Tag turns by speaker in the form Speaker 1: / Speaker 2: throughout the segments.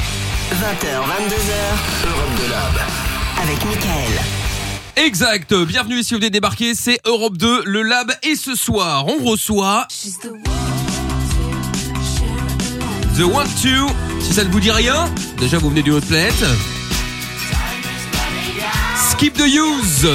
Speaker 1: 20h, 22h, Europe de l'Aube. Avec Michael.
Speaker 2: Exact, bienvenue si vous venez de débarquer, c'est Europe 2, le lab, et ce soir, on reçoit The One Two. Si ça ne vous dit rien, déjà vous venez du Hot Planète. Skip the Use.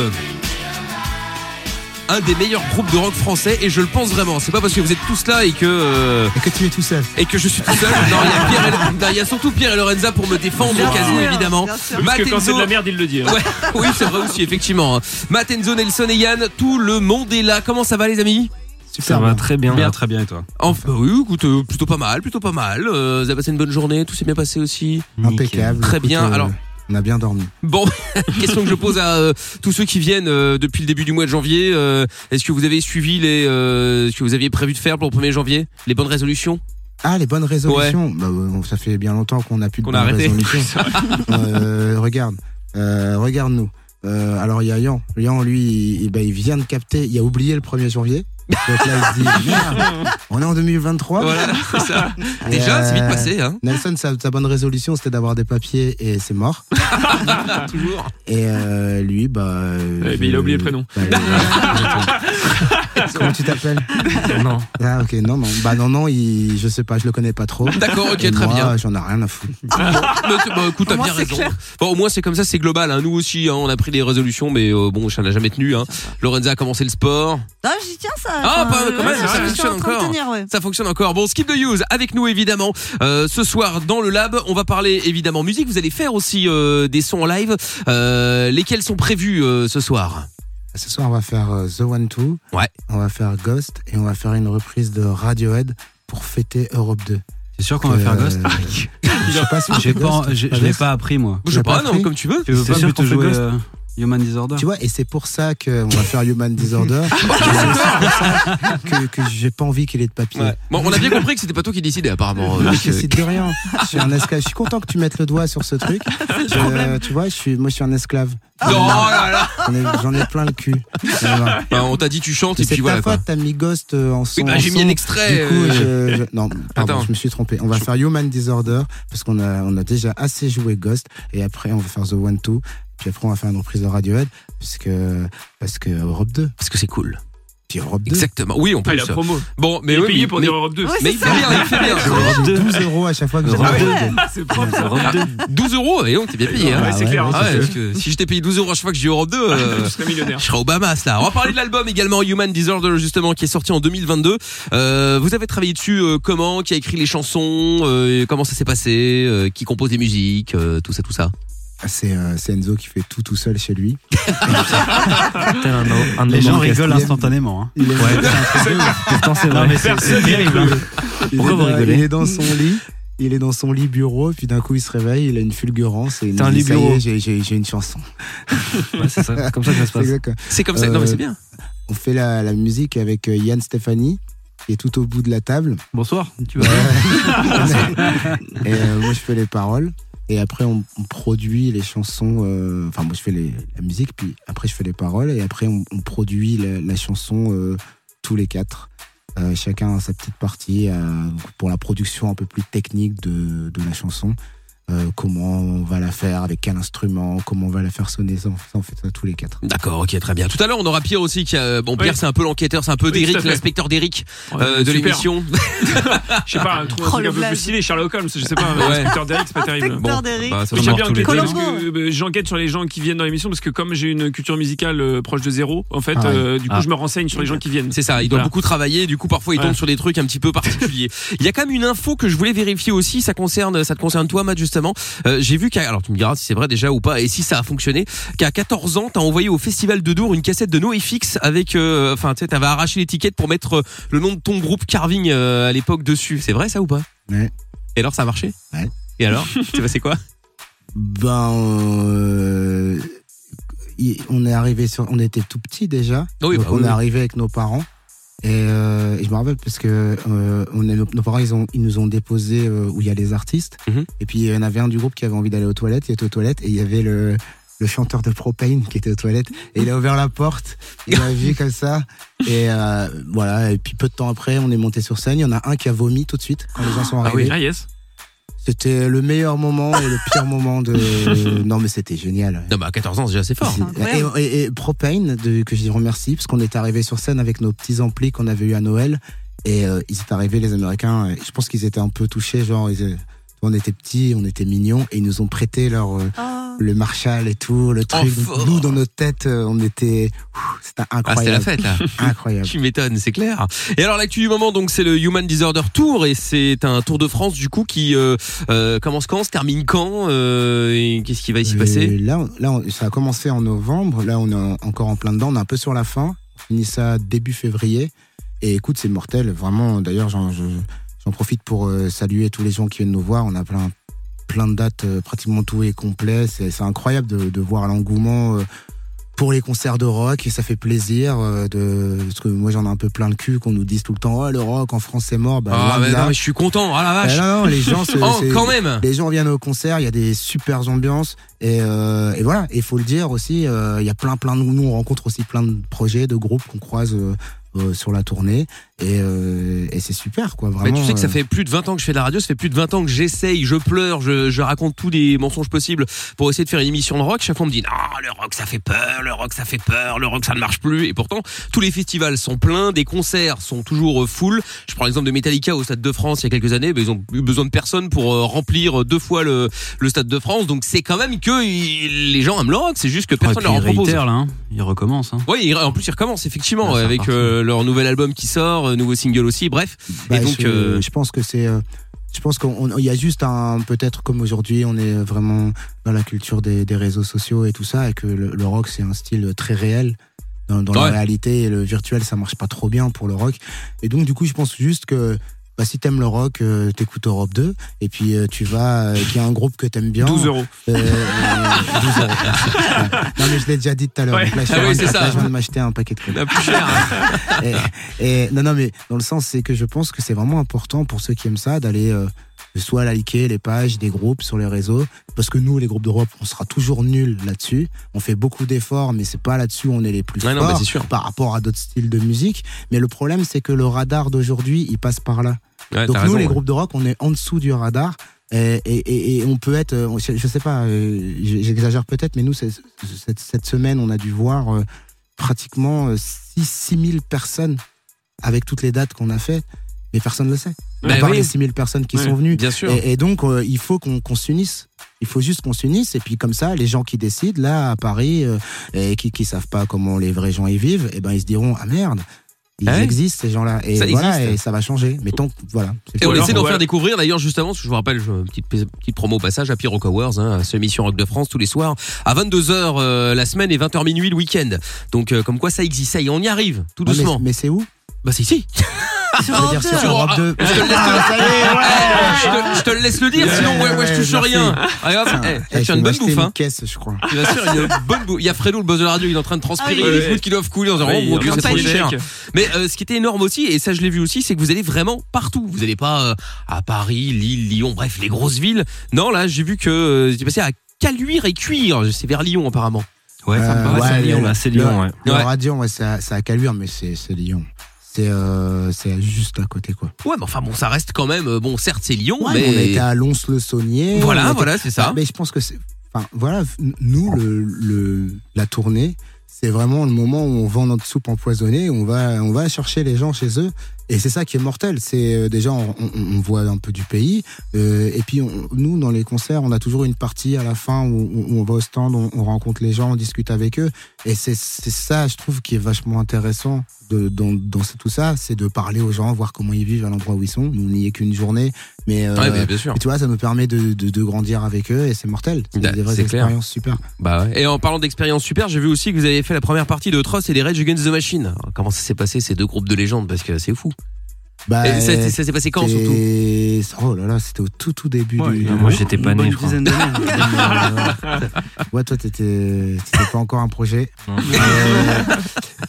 Speaker 2: Un des meilleurs groupes de rock français et je le pense vraiment. C'est pas parce que vous êtes tous là et que euh,
Speaker 3: Et que tu es tout seul.
Speaker 2: et que je suis tout seul. Non, il y a Pierre et- non, il y, a surtout Pierre et Lorenza pour me défendre au cas où évidemment.
Speaker 4: Parce que quand c'est
Speaker 2: Mattenzo-
Speaker 4: de la merde, il le dit. hein.
Speaker 2: Ouais, oui, c'est vrai aussi, effectivement. Matenzo, Nelson et Yann, tout le monde est là. Comment ça va, les amis
Speaker 3: Ça va
Speaker 4: très bien.
Speaker 3: très bien et toi
Speaker 2: Enfin, oui, écoute, euh, plutôt pas mal, plutôt pas mal. Euh, vous avez passé une bonne journée, tout s'est bien passé aussi.
Speaker 3: Impeccable. euh,
Speaker 2: Nickel. Très bien, alors-
Speaker 3: On a bien dormi.
Speaker 2: Bon, question que je pose à euh, tous ceux qui viennent euh, depuis le début du mois de janvier. euh, Est-ce que vous avez suivi les, euh, ce que vous aviez prévu de faire pour le 1er janvier Les bonnes résolutions
Speaker 3: Ah, les bonnes résolutions. Bah, ouais, ça fait bien longtemps qu'on n'a plus de
Speaker 2: Qu'on a
Speaker 3: bonnes
Speaker 2: arrêté.
Speaker 3: résolutions. Euh, regarde, euh, regarde-nous. Euh, alors, il y a Yan. Yan, lui, il, il- bah, il vient de capter. Il a oublié le 1er janvier. Donc là, il se dit, merde, on est en 2023.
Speaker 2: Voilà, c'est ça.
Speaker 3: Et,
Speaker 2: Déjà, c'est vite
Speaker 3: Oh, euh,
Speaker 2: passé, hein
Speaker 3: Nelson, sa, sa bonne résolution, c'était d'avoir des papiers et c'est mort.
Speaker 2: Toujours.
Speaker 3: Et euh, lui, bah. euh,
Speaker 4: Eh ben, il a oublié le prénom.
Speaker 3: bah, euh, Comment tu t'appelles
Speaker 4: Non.
Speaker 3: Ah ok non non bah non non il... je sais pas je le connais pas trop.
Speaker 2: D'accord, ok,
Speaker 3: Et
Speaker 2: très
Speaker 3: moi,
Speaker 2: bien.
Speaker 3: J'en ai rien à foutre.
Speaker 2: Mais t- bah, écoute, t'as bien raison. Bon, au moins c'est comme ça, c'est global. hein. Nous aussi, hein, on a pris des résolutions, mais euh, bon, ça n'a jamais tenu. Hein. Lorenza a commencé le sport.
Speaker 5: Non, j'y tiens ça.
Speaker 2: Ah,
Speaker 5: Enfin,
Speaker 2: pas- quand
Speaker 5: ouais,
Speaker 2: même, ça
Speaker 5: je suis en
Speaker 2: fonctionne
Speaker 5: train
Speaker 2: encore.
Speaker 5: de tenir, ouais.
Speaker 2: Ça fonctionne encore. Bon, skip the use avec nous évidemment. Euh, ce soir dans le lab, on va parler évidemment musique. Vous allez faire aussi euh, des sons en live. Euh, lesquels sont prévus euh, ce soir
Speaker 3: Ce soir on va faire euh, The One Two.
Speaker 2: Ouais.
Speaker 3: On va faire Ghost et on va faire une reprise de Radiohead pour fêter Europe euh, 2.
Speaker 6: C'est sûr qu'on va faire Ghost
Speaker 3: Je sais pas si on
Speaker 6: J'ai
Speaker 3: fait
Speaker 6: pas,
Speaker 3: Ghost,
Speaker 6: j'ai-
Speaker 3: pas
Speaker 6: je l'ai
Speaker 3: Ghost.
Speaker 6: pas appris moi.
Speaker 2: Je
Speaker 3: Il y
Speaker 2: sais
Speaker 3: a
Speaker 2: pas,
Speaker 3: pas de
Speaker 2: non,
Speaker 3: prix
Speaker 2: comme tu veux.
Speaker 6: Tu veux
Speaker 4: C'est
Speaker 6: pas
Speaker 4: sûr
Speaker 6: plutôt
Speaker 4: qu'on fait
Speaker 6: jouer
Speaker 4: Ghost
Speaker 6: euh, Human Disorder
Speaker 3: Tu vois et c'est pour ça que on va faire Human Disorder. Et c'est aussi pour ça que, que j'ai pas envie qu'il ait de papier.
Speaker 2: Ouais. Bon, on a bien compris que c'était pas toi qui décidais apparemment. euh,
Speaker 3: Moi,
Speaker 2: que-
Speaker 3: je décide de rien. Je suis un esclave. Je suis content que tu mettes le doigt sur ce truc. Euh, tu vois, je suis, moi, je suis un esclave.
Speaker 2: Non, oh là là.
Speaker 3: J'en ai, j'en ai plein le cul. Voilà.
Speaker 2: Bah, on t'a dit tu chantes
Speaker 3: Mais
Speaker 2: et
Speaker 3: C'est
Speaker 2: puis
Speaker 3: ta
Speaker 2: voilà. quoi.
Speaker 3: faute, t'as mis Ghost euh, en son.
Speaker 2: Oui, bah,
Speaker 3: en
Speaker 2: j'ai mis
Speaker 3: son.
Speaker 2: un
Speaker 3: Du
Speaker 2: extrait.
Speaker 3: coup,
Speaker 2: euh,
Speaker 3: je, je- non, pardon,
Speaker 2: Attends.
Speaker 3: je me suis trompé. On va faire Human Disorder parce qu'on a, on a déjà assez joué Ghost et après on va faire The One Two. Puis après on va faire une reprise de Radiohead parce que parce que Europe 2.
Speaker 2: Parce que c'est cool.
Speaker 3: Puis Europe 2.
Speaker 2: Exactement. Oui, on
Speaker 4: Ah,
Speaker 2: peut.
Speaker 4: la promo.
Speaker 2: Bon, mais
Speaker 4: Il est
Speaker 2: oui,
Speaker 4: payé
Speaker 2: mais- Ah
Speaker 4: pour
Speaker 2: mais-
Speaker 4: dire Europe 2.
Speaker 5: Ouais,
Speaker 2: mais
Speaker 5: c'est
Speaker 2: il
Speaker 5: ça.
Speaker 2: fait bien, il fait bien.
Speaker 3: Europe 12 euros à chaque fois que je
Speaker 6: Europe
Speaker 3: Ah
Speaker 4: deux.
Speaker 3: ouais.
Speaker 4: C'est propre, ça.
Speaker 6: Europe 2.
Speaker 2: 12 euros et on t'est bien payé. hein.
Speaker 4: Ouais, c'est
Speaker 3: Ah
Speaker 4: clair.
Speaker 3: ouais,
Speaker 2: Ah
Speaker 4: hein.
Speaker 2: ouais, parce que si je t'ai payé 12 euros à chaque fois que j'ai eu Europe 2,
Speaker 4: Je
Speaker 2: euh,
Speaker 4: serais millionnaire.
Speaker 2: je serais au Bahamas là. On va parler de l'album également Human Disorder justement qui est sorti en 2022. Euh, vous avez travaillé dessus euh, comment Qui a écrit les chansons Euh, et Comment ça s'est passé Euh, Qui compose les musiques Euh, Tout ça, tout ça.
Speaker 3: C'est euh, c'est Enzo qui fait tout tout seul chez lui.
Speaker 6: Les gens rigolent
Speaker 3: Castiel.
Speaker 6: instantanément. hein.
Speaker 3: Il est,
Speaker 6: Pourtant c'est vrai.
Speaker 4: Personne n'y a cru.
Speaker 3: il est
Speaker 6: Pourquoi vous
Speaker 3: dans-
Speaker 6: rigolez
Speaker 3: il est dans son lit. Il est dans son lit bureau, puis d'un coup il se réveille, il a une fulgurance et il
Speaker 6: T'es un
Speaker 3: dit,
Speaker 6: lit
Speaker 3: Ça y est,
Speaker 6: bureau.
Speaker 3: j'ai- J'ai j'ai une chanson.
Speaker 6: Ouais, c'est ça. comme ça que ça se
Speaker 3: C'est
Speaker 6: passe.
Speaker 3: exact.
Speaker 2: C'est comme ça. Non mais c'est bien.
Speaker 3: On fait la, la musique avec euh, Yann Stéphanie, qui est tout au bout de la table.
Speaker 6: Bonsoir. Tu vas.
Speaker 3: et euh, moi, je fais les paroles. Et après, on, on produit les chansons. euh, Enfin, moi, je fais les- la musique, puis après, je fais les paroles. Et après, on, on produit la, la chanson euh, tous les quatre. Euh, chacun a sa petite partie euh, pour la production un peu plus technique de, de la chanson. Euh, comment on va la faire, avec quel instrument, comment on va la faire sonner. Ça, on fait ça, on fait ça tous les quatre.
Speaker 2: D'accord, ok, très bien. Tout à l'heure, on aura Pierre aussi. Qui a... Bon, Pierre,
Speaker 4: Oui.
Speaker 2: c'est un peu l'enquêteur, c'est un peu
Speaker 4: Oui,
Speaker 2: d'Eric,
Speaker 4: tout à fait.
Speaker 2: l'inspecteur d'Eric euh, de
Speaker 4: Super.
Speaker 2: l'émission.
Speaker 4: Je sais pas, un truc un
Speaker 5: Oh,
Speaker 4: truc
Speaker 5: le
Speaker 4: un peu plus
Speaker 5: blaze.
Speaker 4: stylé, Sherlock Holmes, je sais pas,
Speaker 2: Ouais.
Speaker 4: un inspecteur Derrick, c'est pas terrible.
Speaker 5: Inspecteur d'Eric.
Speaker 2: Bah, ça
Speaker 4: Oui,
Speaker 2: va
Speaker 4: j'aime
Speaker 2: mort
Speaker 4: bien
Speaker 2: tous les
Speaker 4: enquêter
Speaker 2: deux.
Speaker 4: parce
Speaker 5: Colombo.
Speaker 4: que, euh, j'enquête sur les gens qui viennent dans l'émission parce que comme j'ai une culture musicale euh, proche de zéro, en fait,
Speaker 3: Ah ouais.
Speaker 4: euh, du coup,
Speaker 6: Ah.
Speaker 4: je me renseigne sur les gens qui viennent.
Speaker 2: C'est ça, il doit
Speaker 4: Voilà.
Speaker 2: beaucoup travailler, du coup parfois il
Speaker 4: Ouais.
Speaker 2: tombe sur des trucs un petit peu particuliers. il y a quand même une info que je voulais vérifier aussi, ça concerne ça te concerne toi Matt justement. Euh, j'ai vu qu'à alors tu me diras si c'est vrai déjà ou pas et si ça a fonctionné qu'à 14 ans t'as envoyé au festival de Dour une cassette de NoFX avec euh, enfin tu sais t'avais arraché l'étiquette pour mettre euh, le nom de ton groupe Carving euh, à l'époque dessus. C'est vrai ça ou pas
Speaker 3: Ouais.
Speaker 2: Et alors ça a marché
Speaker 3: Ouais.
Speaker 2: Et alors C'est passé quoi
Speaker 3: Ben, euh, y- on est arrivé sur, on était tout petit déjà.
Speaker 2: Ah oui,
Speaker 3: donc
Speaker 2: bah
Speaker 3: on
Speaker 2: oui,
Speaker 3: est
Speaker 2: oui.
Speaker 3: arrivé avec nos parents. Et, euh, et je me rappelle parce que euh, on est- nos, nos parents ils, ont, ils nous ont déposé euh, où il y a les artistes.
Speaker 2: Mhm.
Speaker 3: Et puis il y en avait un du groupe qui avait envie d'aller aux toilettes. Il était aux toilettes et il y avait le le chanteur de Propane qui était aux toilettes et il a ouvert la porte, il a vu comme ça et euh, voilà et puis peu de temps après on est monté sur scène, il y en a un qui a vomi tout de suite quand les gens sont
Speaker 2: Ah oui.
Speaker 3: arrivés.
Speaker 4: Ah yes.
Speaker 3: C'était le meilleur moment et le pire moment de. Non, mais c'était génial.
Speaker 2: Non, bah à 14 ans, c'est déjà assez fort.
Speaker 3: Et, et, et Propane, de- que je remercie, parce qu'on est arrivé sur scène avec nos petits amplis qu'on avait eu à Noël. Et euh, ils sont arrivés, les Américains. et je pense qu'ils étaient un peu touchés. Genre, ils- euh, on était petits, on était mignons. Et ils nous ont prêté leur, euh,
Speaker 5: Ah,
Speaker 3: le Marshall et tout, le truc.
Speaker 2: fort.
Speaker 3: Nous, dans nos têtes, euh, on était. Ouh, C'était
Speaker 2: Ah, c'était
Speaker 3: incroyable.
Speaker 2: la fête là.
Speaker 3: Incroyable.
Speaker 2: Tu m'étonnes, c'est clair. Et alors l'actu du moment, donc c'est le Human Disorder Tour et c'est un Tour de France du coup qui euh, euh, commence quand, se termine quand euh, et qu'est-ce qui va s'y passer
Speaker 3: Euh, là, on- là, on- ça a commencé en novembre. Là, on est en- encore en plein dedans. On est un peu sur la fin. On finit ça début février. Et écoute, c'est mortel. Vraiment, d'ailleurs, j'en je- j'en profite pour euh, saluer tous les gens qui viennent nous voir. On a plein, plein de dates. euh, pratiquement tout est complet. C'est c'est incroyable de, de voir l'engouement. euh, pour les concerts de rock, et ça fait plaisir euh, de parce que moi j'en ai un peu plein le cul qu'on nous dise tout le temps oh le rock en France c'est mort bah,
Speaker 2: Ah
Speaker 3: loin de
Speaker 2: mais
Speaker 3: là.
Speaker 2: non, mais je suis content. Ah la
Speaker 3: Eh
Speaker 2: vache.
Speaker 3: non, non, les gens se-
Speaker 2: Oh
Speaker 3: c'est-
Speaker 2: quand même.
Speaker 3: les gens viennent au concert, il y a des super ambiances et, euh, et voilà. Et il faut le dire aussi, euh, il y a plein plein de nous on rencontre aussi plein de projets, de groupes qu'on croise euh, euh, sur la tournée et, euh, et c'est super quoi. Vraiment.
Speaker 2: Mais tu sais que ça
Speaker 3: euh,
Speaker 2: fait plus de 20 ans que je fais de la radio, ça fait plus de 20 ans que j'essaye, je pleure, je, je raconte tous les mensonges possibles pour essayer de faire une émission de rock. Chaque fois on me dit non, le rock ça fait peur, le rock ça fait peur, le rock ça ne marche plus. Et pourtant tous les festivals sont pleins, des concerts sont toujours euh, full. Je prends l'exemple de Metallica au Stade de France il y a quelques années, ben, ils ont eu besoin de personne pour euh, remplir deux fois le, le Stade de France. Donc c'est quand même que il- les gens aiment le rock, c'est juste que
Speaker 6: Ouais,
Speaker 2: personne
Speaker 6: puis
Speaker 2: leur en
Speaker 6: ils
Speaker 2: propose.
Speaker 6: réitèrent, là, hein. ils recommencent. hein.
Speaker 2: Oui, ils- en plus ils recommencent effectivement
Speaker 6: Ouais, c'est
Speaker 2: avec
Speaker 6: reparti.
Speaker 2: euh, leur nouvel album qui sort, euh, nouveau single aussi, bref.
Speaker 3: bah,
Speaker 2: et donc
Speaker 3: je,
Speaker 2: euh,
Speaker 3: je pense que c'est, euh, je pense qu'on, il y a juste un peut-être comme aujourd'hui, on est vraiment dans la culture des, des réseaux sociaux et tout ça et que le, le rock c'est un style très réel. Dans, dans
Speaker 2: Ouais.
Speaker 3: la réalité et le virtuel, ça marche pas trop bien pour le rock. Et donc, du coup, je pense juste que bah, si t'aimes le rock, euh, t'écoutes Europe 2, et puis euh, tu vas, euh, qu'il y a un groupe que t'aimes
Speaker 2: Ah.
Speaker 3: bien.
Speaker 4: 12 euros.
Speaker 3: Euh, euh, 12 euros. Ouais. Non, mais je l'ai déjà dit tout à l'heure.
Speaker 4: Ouais.
Speaker 3: Donc là, je suis
Speaker 2: Ah oui,
Speaker 3: en train
Speaker 2: c'est
Speaker 3: de-
Speaker 2: ça. Ah
Speaker 3: là, je viens de m'acheter un paquet de colis.
Speaker 2: la plus chère.
Speaker 3: Et- et, non, non, mais dans le sens, c'est que je pense que c'est vraiment important pour ceux qui aiment ça d'aller euh, soit liker les pages des groupes sur les réseaux, parce que nous, les groupes d'Europe, on sera toujours nuls là-dessus. On fait beaucoup d'efforts, mais c'est pas là-dessus où on est les plus
Speaker 2: Ouais, non,
Speaker 3: forts
Speaker 2: bah, c'est sûr.
Speaker 3: par rapport à d'autres styles de musique. Mais le problème, c'est que le radar d'aujourd'hui, il passe par là.
Speaker 2: Ouais,
Speaker 3: Donc
Speaker 2: t'as
Speaker 3: nous,
Speaker 2: raison,
Speaker 3: les
Speaker 2: ouais.
Speaker 3: groupes de rock, on est en dessous du radar. Et, et- et- et on peut être, euh, je, je sais pas, euh, j- j'exagère peut-être, mais nous, c'est- cette, cette semaine, on a dû voir euh, pratiquement euh, 6, 6 000 personnes avec toutes les dates qu'on a fait, mais personne ne le sait.
Speaker 2: Bah
Speaker 3: à part
Speaker 2: oui.
Speaker 3: les 6 000 personnes qui
Speaker 4: Ouais,
Speaker 3: sont venues.
Speaker 2: Bien sûr.
Speaker 3: Et, et donc, euh, il faut qu'on qu'on s'unisse. Il faut juste qu'on s'unisse. Et puis, comme ça, les gens qui décident, là, à Paris, euh, et qui ne savent pas comment les vrais gens y vivent, et ben, ils se diront Ah merde, ils
Speaker 2: Ah ouais.
Speaker 3: existent, ces gens-là. Et
Speaker 2: Ça
Speaker 3: voilà,
Speaker 2: existe.
Speaker 3: et ça va changer. Mais tant que. Voilà. c'est
Speaker 2: Et on
Speaker 4: Ou
Speaker 3: tout.
Speaker 4: alors-
Speaker 2: essaie d'en
Speaker 4: ou
Speaker 2: faire
Speaker 4: alors-
Speaker 2: découvrir d'ailleurs juste avant, parce que je vous rappelle, je- petite, petite promo au passage, Happy Rock Hours, hein, c'est l'émission Rock de France tous les soirs, à 22h la semaine et 20h minuit le week-end. Donc euh, comme quoi ça existe, ça y est, on y arrive, tout
Speaker 3: Ah, mais-
Speaker 2: doucement.
Speaker 3: mais c'est où
Speaker 2: Bah c'est ici.
Speaker 3: Ça veut dire sur
Speaker 2: Ah, Sur
Speaker 3: Europe
Speaker 2: Europe
Speaker 3: 2.
Speaker 2: Je te le laisse,
Speaker 3: ça y est, ouais.
Speaker 2: Eh, je te- je te le laisse le dire,
Speaker 3: Ouais,
Speaker 2: sinon moi, moi, je
Speaker 3: ouais,
Speaker 2: touche
Speaker 3: merci.
Speaker 2: rien. Allez hop, eh,
Speaker 3: Eh,
Speaker 2: tu
Speaker 3: je
Speaker 2: as
Speaker 3: vais
Speaker 2: une bonne
Speaker 3: m'acheter
Speaker 2: bouffe. Hein.
Speaker 3: Une caisse, je crois.
Speaker 2: Tu vas sûr, il y a une bonne bouffe. Il y a Fredo, le boss de la radio, il est en train de transpirer, il y a des
Speaker 4: Ouais.
Speaker 2: foot qui doivent couler en disant, oh
Speaker 4: Oui,
Speaker 2: mon
Speaker 4: en
Speaker 2: dieu,
Speaker 4: train
Speaker 2: c'est
Speaker 4: de
Speaker 2: trop
Speaker 4: payer le
Speaker 2: cher.
Speaker 4: chèque.
Speaker 2: Mais euh, ce qui était énorme aussi, et ça je l'ai vu aussi, c'est que vous allez vraiment partout. Vous n'allez pas euh, à Paris, Lille, Lyon, bref, les grosses villes. Non, là, j'ai vu que euh, j'étais passé à Caluire et Cuire. C'est vers Lyon apparemment.
Speaker 6: Ouais,
Speaker 3: Euh,
Speaker 6: sympa,
Speaker 3: ouais,
Speaker 6: c'est Lyon,
Speaker 3: le-
Speaker 6: là, c'est
Speaker 3: le-
Speaker 6: Lyon, ouais.
Speaker 3: Le
Speaker 2: Ouais.
Speaker 3: radio, ouais, c'est à- c'est à Calure, mais c'est c'est Lyon. C'est euh, c'est juste à côté, quoi.
Speaker 2: Ouais, mais enfin bon, ça reste quand même. euh, Bon, certes, c'est Lyon,
Speaker 3: Ouais, mais on
Speaker 2: mais
Speaker 3: était à Lons-le-Saunier. on
Speaker 2: voilà,
Speaker 3: était-
Speaker 2: voilà, c'est ça.
Speaker 3: Bah,
Speaker 2: hein
Speaker 3: Mais je pense que c'est. Enfin, voilà, n- nous, le, le- la tournée, c'est vraiment le moment où on vend notre soupe empoisonnée, on va, on va chercher les gens chez eux. Et c'est ça qui est mortel. C'est euh, déjà, on, on- on voit un peu du pays. euh, et puis, on- nous, dans les concerts, on a toujours une partie à la fin où, où on va au stand, on, on rencontre les gens, on discute avec eux. Et c'est c'est ça, je trouve, qui est vachement intéressant de, dans, dans tout ça. C'est de parler aux gens, voir comment ils vivent à l'endroit où ils sont. Nous, on n'y est qu'une journée. Mais, euh,
Speaker 2: Ouais, mais bien sûr.
Speaker 3: et tu vois, ça nous permet de, de, de grandir avec eux et c'est mortel. C'est
Speaker 2: Bah,
Speaker 3: des vraies
Speaker 2: c'est clair.
Speaker 3: expériences super.
Speaker 2: Bah ouais. Et en parlant d'expérience super, j'ai vu aussi que vous avez fait la première partie de Tross et des Rage Against the Machine. Alors, comment ça s'est passé ces deux groupes de légendes Parce que c'est fou.
Speaker 3: Bah,
Speaker 2: Et ça, ça s'est passé quand surtout
Speaker 3: c'est- Oh là là, c'était au tout tout début
Speaker 4: Ouais,
Speaker 3: du.
Speaker 4: il y a
Speaker 6: Moi, j'étais pas
Speaker 4: Une
Speaker 6: né,
Speaker 4: bonne
Speaker 6: je crois.
Speaker 4: dizaine d'années.
Speaker 3: ouais, toi, t'étais c'était pas encore un projet. Euh,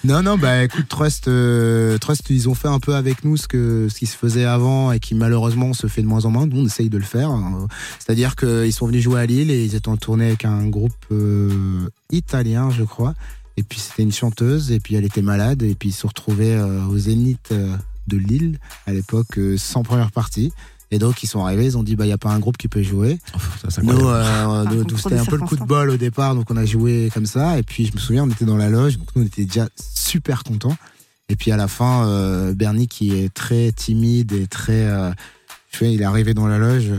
Speaker 3: non, non, bah écoute, Trust, euh, Trust, ils ont fait un peu avec nous ce, que, ce qui se faisait avant et qui malheureusement se fait de moins en moins. Nous, on essaye de le faire. Euh, C'est-à-dire qu'ils sont venus jouer à Lille et ils étaient en tournée avec un groupe euh, italien, je crois. Et puis c'était une chanteuse et puis elle était malade et puis ils se sont retrouvés euh, au Zénith euh, de Lille à l'époque euh, sans première partie. Et donc, ils sont arrivés, ils ont dit, bah, il n'y a pas un groupe qui peut jouer.
Speaker 2: Ça, c'est incroyable.
Speaker 3: Nous, euh, nous,
Speaker 5: concours
Speaker 3: nous, c'était
Speaker 5: de
Speaker 3: un peu le coup de bol au départ, donc on a joué comme ça. Et puis je me souviens, on était dans la loge, donc nous on était déjà super contents. Et puis à la fin, euh, Bernie qui est très timide et très, euh, tu vois, il est arrivé dans la loge.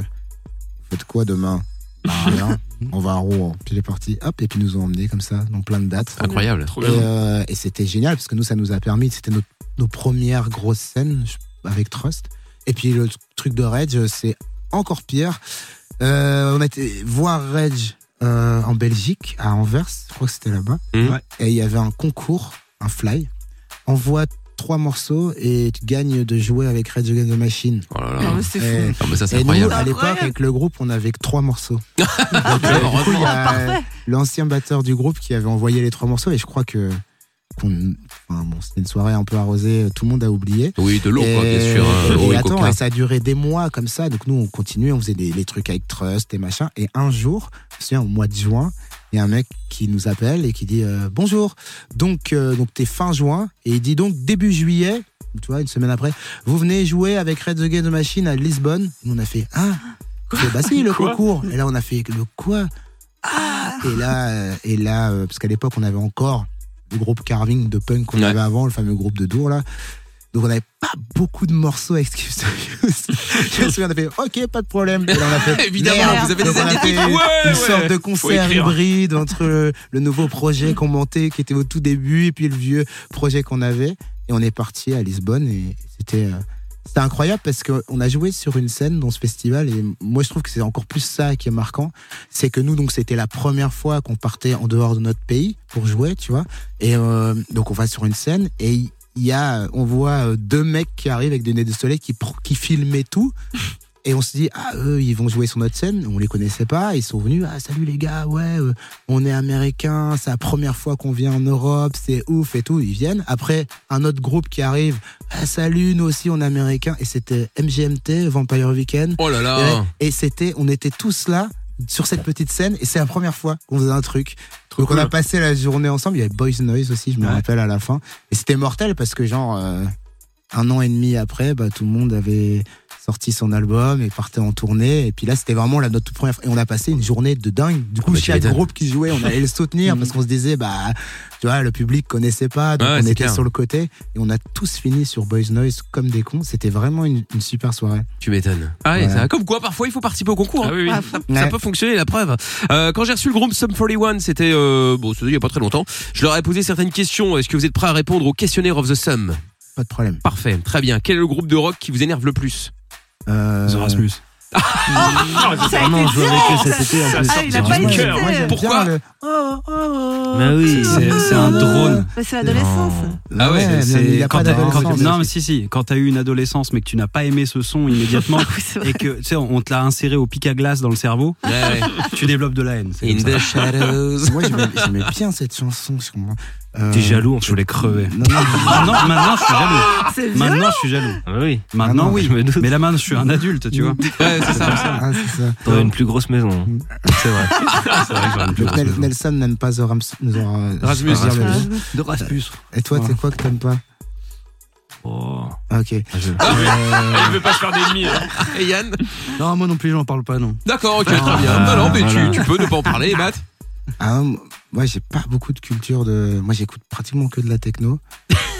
Speaker 3: Faites quoi demain Bah, Rien. on va à Rouen. Puis il est parti. Hop. Et puis ils nous ont emmenés comme ça dans plein de dates.
Speaker 2: Incroyable.
Speaker 4: Trop
Speaker 3: Et,
Speaker 4: bien.
Speaker 3: euh, et c'était génial parce que nous, ça nous a permis. C'était nos, nos premières grosses scènes je- avec Trust. Et puis le truc de Rage, c'est encore pire. Euh, on a été voir Rage euh, en Belgique, à Anvers. Je crois que c'était là-bas.
Speaker 2: Mhm.
Speaker 6: Ouais.
Speaker 3: Et il y avait un concours, un fly. Envoie trois morceaux et tu gagnes de jouer avec Rage Against the Machine.
Speaker 2: Oh là là.
Speaker 5: Non, mais Ah, c'est
Speaker 3: Et-
Speaker 5: fou.
Speaker 2: Non, mais ça, c'est
Speaker 3: et nous,
Speaker 2: incroyable. Ah,
Speaker 3: à l'époque,
Speaker 5: Incroyable.
Speaker 3: avec le groupe, on avait que trois morceaux. euh,
Speaker 2: Heureusement.
Speaker 3: Du coup, il y a-
Speaker 5: Ah, parfait.
Speaker 3: l'ancien batteur du groupe qui avait envoyé les trois morceaux et je crois que qu'on- enfin, bon, c'était une soirée un peu arrosée, euh, tout le monde a oublié.
Speaker 2: Oui, de l'eau, quoi, bien
Speaker 3: Et-
Speaker 2: sûr. hein, l'eau et
Speaker 3: et attends,
Speaker 2: coca.
Speaker 3: et ça a duré des mois comme ça. Donc nous, on continuait, on faisait des les trucs avec Trust et machin. Et un jour, je me souviens, au mois de juin, il y a un mec qui nous appelle et qui dit euh, bonjour. Donc, euh, donc t'es fin juin et il dit donc début juillet. Tu vois, une semaine après, vous venez jouer avec Red the Game de Machine à Lisbonne. Et on a fait ah, Il fait, bah si le
Speaker 4: Quoi
Speaker 3: concours. Et là, on a fait le quoi Ah Et là, euh, et là, euh, parce qu'à l'époque, on avait encore le groupe carving de punk qu'on
Speaker 2: Ouais.
Speaker 3: avait avant, le fameux groupe de Dour là. Donc on n'avait pas beaucoup de morceaux excuse Je me souviens, on a fait OK, pas de problème. Et là, on a fait
Speaker 2: Évidemment,
Speaker 3: merde.
Speaker 2: vous avez
Speaker 3: Donc,
Speaker 2: des
Speaker 3: on a
Speaker 2: objectifs.
Speaker 3: fait
Speaker 4: Ouais,
Speaker 3: une
Speaker 4: ouais.
Speaker 3: sorte de
Speaker 4: Faut
Speaker 3: concert
Speaker 4: écrire.
Speaker 3: hybride entre le, le nouveau projet qu'on montait, qui était au tout début, et puis le vieux projet qu'on avait. Et on est parti à Lisbonne et c'était euh, c'était incroyable parce qu'on a joué sur une scène dans ce festival et moi je trouve que c'est encore plus ça qui est marquant, c'est que nous donc c'était la première fois qu'on partait en dehors de notre pays pour jouer, tu vois. Et euh, donc on va sur une scène et il y a, on voit euh, deux mecs qui arrivent avec des nez de soleil qui, pr- qui filmaient tout. Et on se dit, ah, eux, ils vont jouer sur notre scène. On les connaissait pas. Ils sont venus, ah, salut les gars, ouais, euh, on est américains, c'est la première fois qu'on vient en Europe, c'est ouf et tout. Ils viennent. Après, un autre groupe qui arrive, ah, salut, nous aussi, on est américains. Et c'était MGMT, Vampire Weekend.
Speaker 2: Oh là là.
Speaker 3: Et c'était, on était tous là sur cette petite scène et c'est la première fois qu'on faisait un truc. Donc on a
Speaker 4: cool.
Speaker 3: passé la journée ensemble. Il y avait Boys Noise aussi, je me
Speaker 6: Ouais.
Speaker 3: rappelle à la fin. Et c'était mortel parce que genre euh, un an et demi après, bah, tout le monde avait sorti son album et partait en tournée. Et puis là, c'était vraiment la, notre toute première fois. Et on a passé une journée de dingue. Du coup,
Speaker 2: bah, tu
Speaker 3: chaque
Speaker 2: m'étonnes.
Speaker 3: groupe qui jouait, on allait le soutenir parce qu'on se disait, bah, tu vois, le public connaissait pas, donc
Speaker 2: Ouais,
Speaker 3: on
Speaker 2: c'est
Speaker 3: était
Speaker 2: clair.
Speaker 3: sur le côté. Et on a tous fini sur Boys Noise comme des cons. C'était vraiment une, une super soirée.
Speaker 2: Tu m'étonnes. Ah ouais,
Speaker 3: Voilà.
Speaker 2: ça- comme quoi, parfois, il faut participer au concours. hein.
Speaker 4: Ah oui, oui.
Speaker 5: Ah, fou.
Speaker 2: Ça
Speaker 3: Ouais.
Speaker 2: peut fonctionner, la preuve. Euh, quand j'ai reçu le groupe Sum 41, c'était euh, bon, c'était il y a pas très longtemps. Je leur ai posé certaines questions. Est-ce que vous êtes prêts à répondre au questionnaire of the Sum
Speaker 3: Pas de problème.
Speaker 2: Parfait, très bien. Quel est le groupe de rock qui vous énerve le plus
Speaker 3: Euh,
Speaker 6: Erasmus.
Speaker 4: Ah,
Speaker 5: Ça a
Speaker 6: Vraiment,
Speaker 5: été
Speaker 6: je jouais
Speaker 5: direct.
Speaker 6: avec eux cet été. en
Speaker 4: Ça
Speaker 6: plus.
Speaker 5: Ah, il a
Speaker 6: Erasmus.
Speaker 5: pas
Speaker 4: Moi,
Speaker 5: été.
Speaker 4: j'aime- moi,
Speaker 5: Ouais,
Speaker 2: Pourquoi
Speaker 3: Bien, le-
Speaker 5: Oh,
Speaker 3: Bah
Speaker 6: Mais oui, c'est
Speaker 5: Ah,
Speaker 6: c'est un drone.
Speaker 5: mais Bah, C'est l'adolescence.
Speaker 2: Ah ouais,
Speaker 3: mais
Speaker 6: C'est-
Speaker 3: il y a
Speaker 6: quand
Speaker 3: pas
Speaker 6: t'as-
Speaker 3: d'adolescence.
Speaker 6: quand- Non, mais si, si. Quand t'as eu une adolescence, mais que tu n'as pas aimé ce son immédiatement,
Speaker 5: Oui, c'est vrai.
Speaker 6: et que, tu sais, on on te l'a inséré au pic à glace dans le cerveau, tu développes de la haine. c'est
Speaker 2: In
Speaker 6: comme ça.
Speaker 2: the shadows.
Speaker 3: Euh, Moi, j'aimais j'aimais bien cette chanson. je comprends. Euh,
Speaker 6: Euh, T'es jaloux, je voulais crever.
Speaker 3: Non, non,
Speaker 6: Maintenant, maintenant, je suis jaloux.
Speaker 3: Ah,
Speaker 5: C'est bien.
Speaker 6: Maintenant, je suis jaloux.
Speaker 7: Oui,
Speaker 6: Maintenant,
Speaker 3: Maintenant,
Speaker 6: oui. Mais là, maintenant, je suis un adulte, tu vois.
Speaker 2: Ouais, c'est ça.
Speaker 3: ah, c'est ça.
Speaker 7: dans une plus grosse maison.
Speaker 6: C'est vrai. C'est vrai que j'aurais pu
Speaker 3: Donc, Nel-
Speaker 6: raser.
Speaker 3: Nelson n'aime pas The Rams- The Ra-
Speaker 2: Rasmus.
Speaker 3: je veux dire le nom.
Speaker 5: Rasmus.
Speaker 6: De Rasmus.
Speaker 3: Et toi, c'est
Speaker 6: Voilà.
Speaker 3: quoi que t'aimes pas
Speaker 6: Oh.
Speaker 3: Ah, Ok.
Speaker 4: Il veut pas se faire d'ennemis. hein.
Speaker 2: Et Yann
Speaker 6: Non, moi non plus, j'en parle pas, non.
Speaker 2: D'accord, ok, très bien. Non, non, mais tu, tu peux ne pas en parler, Matt.
Speaker 3: Ah, m- moi, j'ai pas beaucoup de culture de. Moi, j'écoute pratiquement que de la techno.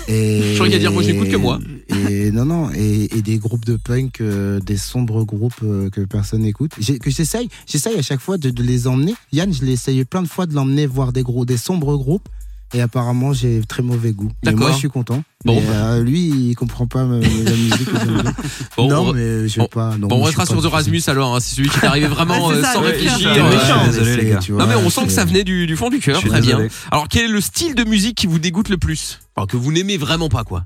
Speaker 3: Et...
Speaker 2: Je suis en train de dire, moi, je n'écoute que moi.
Speaker 3: Et non, non, et, et des groupes de punk, euh, des sombres groupes euh, que personne n'écoute. J'ai- Que j'essaye, j'essaye à chaque fois de, de les emmener. Yann, je l'ai essayé plein de fois de l'emmener voir des gros, des sombres groupes. Et apparemment, j'ai très mauvais goût. Mais
Speaker 2: D'accord.
Speaker 3: moi, je suis content.
Speaker 2: Bon,
Speaker 3: Mais,
Speaker 2: bah.
Speaker 3: euh, lui, il comprend pas ma, la musique. que j'aime bien.
Speaker 2: Bon,
Speaker 3: non,
Speaker 2: on,
Speaker 3: mais je sais pas. non,
Speaker 2: bon, on
Speaker 3: je
Speaker 2: restera
Speaker 3: suis
Speaker 2: sur
Speaker 3: pas-
Speaker 2: The Rasmus alors, hein, c'est celui qui est arrivé vraiment
Speaker 5: Ouais, c'est
Speaker 2: euh,
Speaker 5: ça,
Speaker 2: sans
Speaker 5: ouais,
Speaker 2: réfléchir.
Speaker 5: c'est
Speaker 3: Ouais,
Speaker 2: euh,
Speaker 6: méchant. Désolé,
Speaker 3: c'est-
Speaker 6: les gars.
Speaker 3: tu
Speaker 2: Non mais
Speaker 3: vois,
Speaker 2: on sent que
Speaker 3: c'est-
Speaker 2: ça venait du, du fond du cœur,
Speaker 6: Je suis
Speaker 2: très bien.
Speaker 6: désolé.
Speaker 2: Alors quel est le style de musique qui vous dégoûte le plus Alors Oh, que vous n'aimez vraiment pas quoi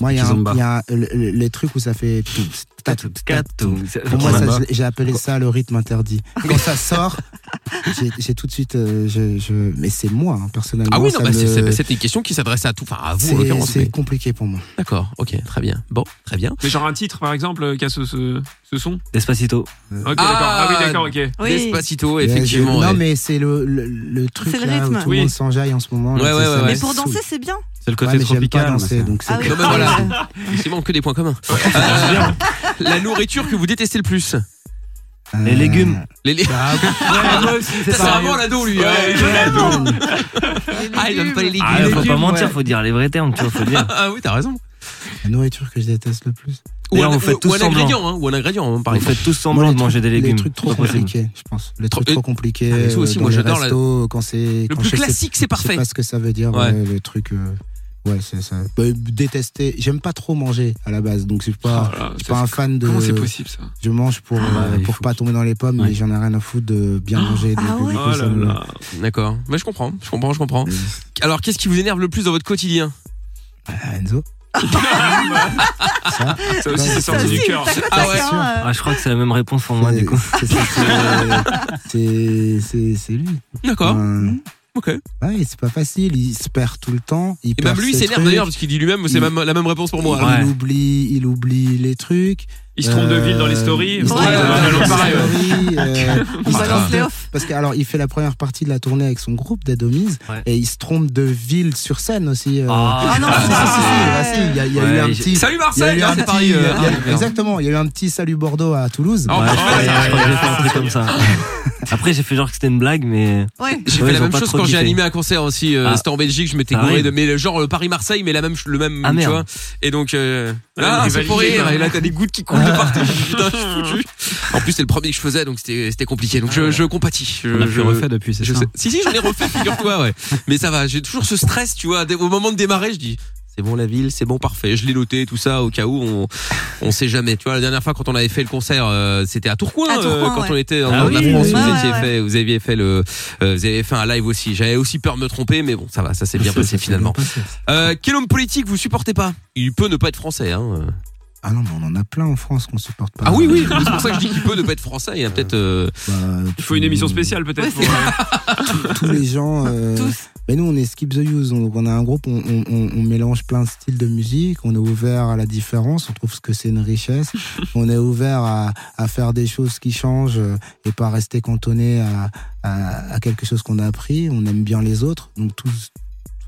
Speaker 3: Moi, il y a, un-
Speaker 6: Kizomba.
Speaker 3: il y a un- le- le- les trucs où ça fait. tout, tatou, tatou.
Speaker 7: Catou.
Speaker 3: Pour moi, ça, j'ai appelé ça le rythme interdit. Quand ça sort, j'ai- j'ai tout de suite. euh, je, je- Mais c'est moi, hein, personnellement.
Speaker 2: Ah oui,
Speaker 3: ça
Speaker 2: non, bah,
Speaker 3: me-
Speaker 2: c'est- c'est- bah, c'était une question qui s'adressait à tout, enfin à vous en
Speaker 3: c'est-
Speaker 2: l'occurrence.
Speaker 3: C'est
Speaker 2: mais-
Speaker 3: compliqué pour moi.
Speaker 2: D'accord, ok, très bien. Bon, très bien.
Speaker 4: Mais genre un titre, par exemple, euh, qui a ce, ce, ce son
Speaker 6: Despacito.
Speaker 4: Ok,
Speaker 2: Ah,
Speaker 4: d'accord. Ah oui, d'accord, ok.
Speaker 5: Oui.
Speaker 2: Despacito,
Speaker 3: Mais
Speaker 2: effectivement.
Speaker 3: Euh, je-
Speaker 2: ouais.
Speaker 3: Non, mais c'est le, le, le truc
Speaker 5: C'est le
Speaker 3: là où
Speaker 5: rythme.
Speaker 3: tout le
Speaker 4: Oui.
Speaker 3: monde s'enjaille en ce moment.
Speaker 2: Ouais,
Speaker 3: là,
Speaker 2: ouais,
Speaker 3: ça-
Speaker 2: ouais,
Speaker 3: ça
Speaker 2: ouais.
Speaker 5: Mais
Speaker 3: me
Speaker 5: pour
Speaker 3: saoule.
Speaker 5: danser, c'est bien.
Speaker 6: C'est le
Speaker 3: Ouais,
Speaker 6: côté
Speaker 3: mais j'aime
Speaker 6: tropical.
Speaker 3: pas danser,
Speaker 6: machin.
Speaker 3: donc c'est.
Speaker 5: Ah oui.
Speaker 2: Non, mais voilà. Effectivement, que des points communs. Euh, la nourriture que vous détestez le plus
Speaker 3: euh,
Speaker 6: Les légumes.
Speaker 2: les, les-
Speaker 6: Ah,
Speaker 2: Ça, C'est vraiment l'ado, lui. ouais. Ah, il aime pas les légumes.
Speaker 7: Ah, faut pas
Speaker 6: légumes,
Speaker 7: mentir,
Speaker 6: ouais.
Speaker 7: faut dire les vrais termes, tu vois, faut dire.
Speaker 2: Ah oui, t'as raison.
Speaker 3: La nourriture que je déteste le plus.
Speaker 2: Ou
Speaker 7: D'ailleurs,
Speaker 2: un,
Speaker 7: vous faites
Speaker 2: ou-
Speaker 7: tous
Speaker 2: ou un
Speaker 7: semblant.
Speaker 2: ingrédient, hein, ou un ingrédient, hein, par
Speaker 7: Vous
Speaker 2: exemple.
Speaker 7: faites tous
Speaker 3: Moi,
Speaker 7: semblant
Speaker 3: les
Speaker 7: de manger des
Speaker 3: trucs-
Speaker 7: légumes.
Speaker 3: Les trucs trop
Speaker 7: Pas possible.
Speaker 3: compliqués, je pense. Les
Speaker 2: Trop- ah,
Speaker 3: trucs trop compliqués.
Speaker 2: Ça aussi,
Speaker 3: euh,
Speaker 2: moi,
Speaker 3: dans les
Speaker 2: j'adore la-
Speaker 3: restos, quand c'est.
Speaker 2: Le
Speaker 3: quand
Speaker 2: plus
Speaker 3: je sais que
Speaker 2: classique, c'est
Speaker 3: Je sais
Speaker 2: parfait.
Speaker 3: pas ce que ça veut dire,
Speaker 2: Ouais.
Speaker 3: ouais, le truc. euh, Ouais, c'est ça. Bah, détester. J'aime pas trop manger à la base, donc je suis pas,
Speaker 4: Oh là là,
Speaker 3: je suis
Speaker 4: ça,
Speaker 3: pas un
Speaker 4: c'est-
Speaker 3: fan de.
Speaker 4: Comment c'est possible ça
Speaker 3: Je mange pour, euh,
Speaker 6: il
Speaker 3: pour
Speaker 6: faut
Speaker 3: pas tomber dans les pommes,
Speaker 6: Ouais.
Speaker 3: mais j'en ai rien à foutre de bien manger. donc, euh,
Speaker 5: ah
Speaker 3: du
Speaker 5: ouais.
Speaker 3: coup,
Speaker 4: Oh
Speaker 3: ça
Speaker 4: là
Speaker 3: me-
Speaker 4: là.
Speaker 2: D'accord. Mais je comprends, je comprends, je comprends. Alors, qu'est-ce qui vous énerve le plus dans votre quotidien
Speaker 3: Ah, Enzo.
Speaker 4: Ça aussi, c'est
Speaker 5: Ça
Speaker 4: sorti du
Speaker 5: aussi,
Speaker 4: cœur.
Speaker 5: tac, tac,
Speaker 2: Ah
Speaker 5: tac,
Speaker 2: ouais.
Speaker 5: hein, euh,
Speaker 7: Ah, je crois que c'est la même réponse pour moi,
Speaker 3: C'est-
Speaker 7: du coup.
Speaker 3: Euh, c'est- c'est- c'est- C'est c'est lui.
Speaker 2: D'accord,
Speaker 3: Ben,
Speaker 2: ok.
Speaker 3: ouais, c'est pas facile. Il se perd tout le temps. Il
Speaker 2: Et
Speaker 3: perd
Speaker 2: même lui, il
Speaker 3: ses
Speaker 2: s'énerve
Speaker 3: trucs.
Speaker 2: d'ailleurs, parce qu'il dit lui-même, c'est
Speaker 3: Il-
Speaker 2: même- la même réponse pour moi.
Speaker 3: Il
Speaker 7: Ouais.
Speaker 3: oublie, il oublie les trucs.
Speaker 4: Il se trompe de ville dans les stories.
Speaker 3: Il Euh, se
Speaker 4: Ouais,
Speaker 3: trompe
Speaker 5: ouais,
Speaker 4: ouais,
Speaker 3: de
Speaker 4: ouais,
Speaker 3: ville dans
Speaker 4: pareil, ouais.
Speaker 3: les stories. euh,
Speaker 5: On
Speaker 3: il se
Speaker 5: balance
Speaker 3: trompe
Speaker 5: les
Speaker 3: de-
Speaker 5: off.
Speaker 3: Parce que alors, il fait la première partie de la tournée avec son groupe d'Adomise
Speaker 7: Ouais.
Speaker 3: et il se trompe de ville sur scène aussi. euh.
Speaker 7: Ah,
Speaker 5: Ah non,
Speaker 3: Ah, si, si, si,
Speaker 5: ah,
Speaker 3: ah, si, il y a, il y a
Speaker 7: Ouais,
Speaker 3: eu un
Speaker 7: j'ai- Ah,
Speaker 3: petit.
Speaker 2: Salut
Speaker 3: il y a
Speaker 2: Marseille,
Speaker 3: eu
Speaker 2: hein,
Speaker 3: un
Speaker 2: c'est
Speaker 3: petit-
Speaker 2: pareil.
Speaker 3: il y a-
Speaker 2: euh,
Speaker 3: il y a-
Speaker 2: hein.
Speaker 3: exactement, il y a eu un petit salut Bordeaux à Toulouse.
Speaker 2: Oh,
Speaker 4: Ah,
Speaker 7: Ouais, je
Speaker 2: putain,
Speaker 7: crois que je vais faire un truc comme ça. Après, j'ai fait genre que c'était une blague, mais.
Speaker 5: Ouais.
Speaker 2: J'ai
Speaker 7: Ouais, ils
Speaker 2: fait la
Speaker 7: ont
Speaker 2: même
Speaker 7: pas
Speaker 2: chose
Speaker 7: trop
Speaker 2: quand j'ai
Speaker 7: kiffé.
Speaker 2: animé un concert aussi. euh,
Speaker 7: Ah.
Speaker 2: C'était en Belgique, je m'étais
Speaker 7: Ah
Speaker 2: gouré
Speaker 7: ouais.
Speaker 2: de mais le- genre le Paris Marseille, mais la même le même.
Speaker 7: Ah,
Speaker 2: tu
Speaker 7: merde.
Speaker 2: vois. Et donc euh,
Speaker 4: Ouais,
Speaker 2: ah,
Speaker 4: mais
Speaker 2: c'est
Speaker 4: validé,
Speaker 2: pour rire.
Speaker 4: quoi.
Speaker 2: Et là t'as des gouttes qui coulent de partout. Je dis, Putain, je suis foutu. En plus c'est le premier que je faisais, donc c'était c'était compliqué. Donc je, je compatis. Je,
Speaker 6: On a
Speaker 2: je-
Speaker 6: plus refait depuis, c'est
Speaker 2: euh, je
Speaker 6: ça.
Speaker 2: sais- Si si, j'en ai refait. Figure-toi, ouais. Mais ça va. J'ai toujours ce stress, tu vois. dès- Au moment de démarrer, je dis. C'est bon la ville, c'est bon parfait. Je l'ai noté tout ça au cas où on on sait jamais. Tu vois la dernière fois quand on avait fait le concert, euh, c'était à Tourcoing,
Speaker 5: À Tourcoing,
Speaker 2: quand
Speaker 5: ouais.
Speaker 2: on était en
Speaker 7: Ah
Speaker 2: nord de la
Speaker 7: oui,
Speaker 2: France.
Speaker 5: oui,
Speaker 2: vous,
Speaker 5: oui.
Speaker 2: étiez
Speaker 5: Ouais, ouais,
Speaker 2: fait- vous aviez fait le euh, vous avez fait un live aussi. J'avais aussi peur de me tromper, mais bon, ça va, ça s'est bien
Speaker 3: Ça, ça
Speaker 2: passé
Speaker 3: s'est
Speaker 2: finalement.
Speaker 3: bien passé.
Speaker 2: Euh, quel homme politique vous supportez pas Il peut ne pas être français. Hein.
Speaker 3: Ah non, mais on en a plein en France qu'on supporte pas.
Speaker 2: Ah oui, oui, c'est pour ça que je dis qu'il peut ne pas être français. Il y a peut-être. euh,
Speaker 3: Bah,
Speaker 4: Il faut une émission
Speaker 3: tous-
Speaker 4: spéciale peut-être.
Speaker 5: Ouais,
Speaker 4: pour-
Speaker 5: c'est
Speaker 3: Tous les gens. euh,
Speaker 5: Tous.
Speaker 3: Mais nous, on est Skip the Use. Donc, on a un groupe, on, on- on- on mélange plein de styles de musique. On est ouvert à la différence. On trouve ce que c'est une richesse. on est ouvert à, à faire des choses qui changent euh, et pas rester cantonné à, à- à quelque chose qu'on a appris. On aime bien les autres. Donc, tous,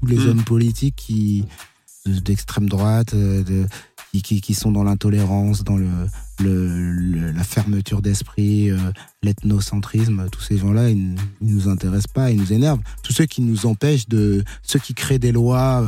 Speaker 3: tous les
Speaker 4: Mm.
Speaker 3: hommes politiques qui de- d'extrême droite, euh, de, qui, qui, qui sont dans l'intolérance, dans le, le- le- la fermeture d'esprit, euh, l'ethnocentrisme, tous ces gens-là, ils, n- ils nous intéressent pas, ils nous énervent. Tous ceux qui nous empêchent de, ceux qui créent des lois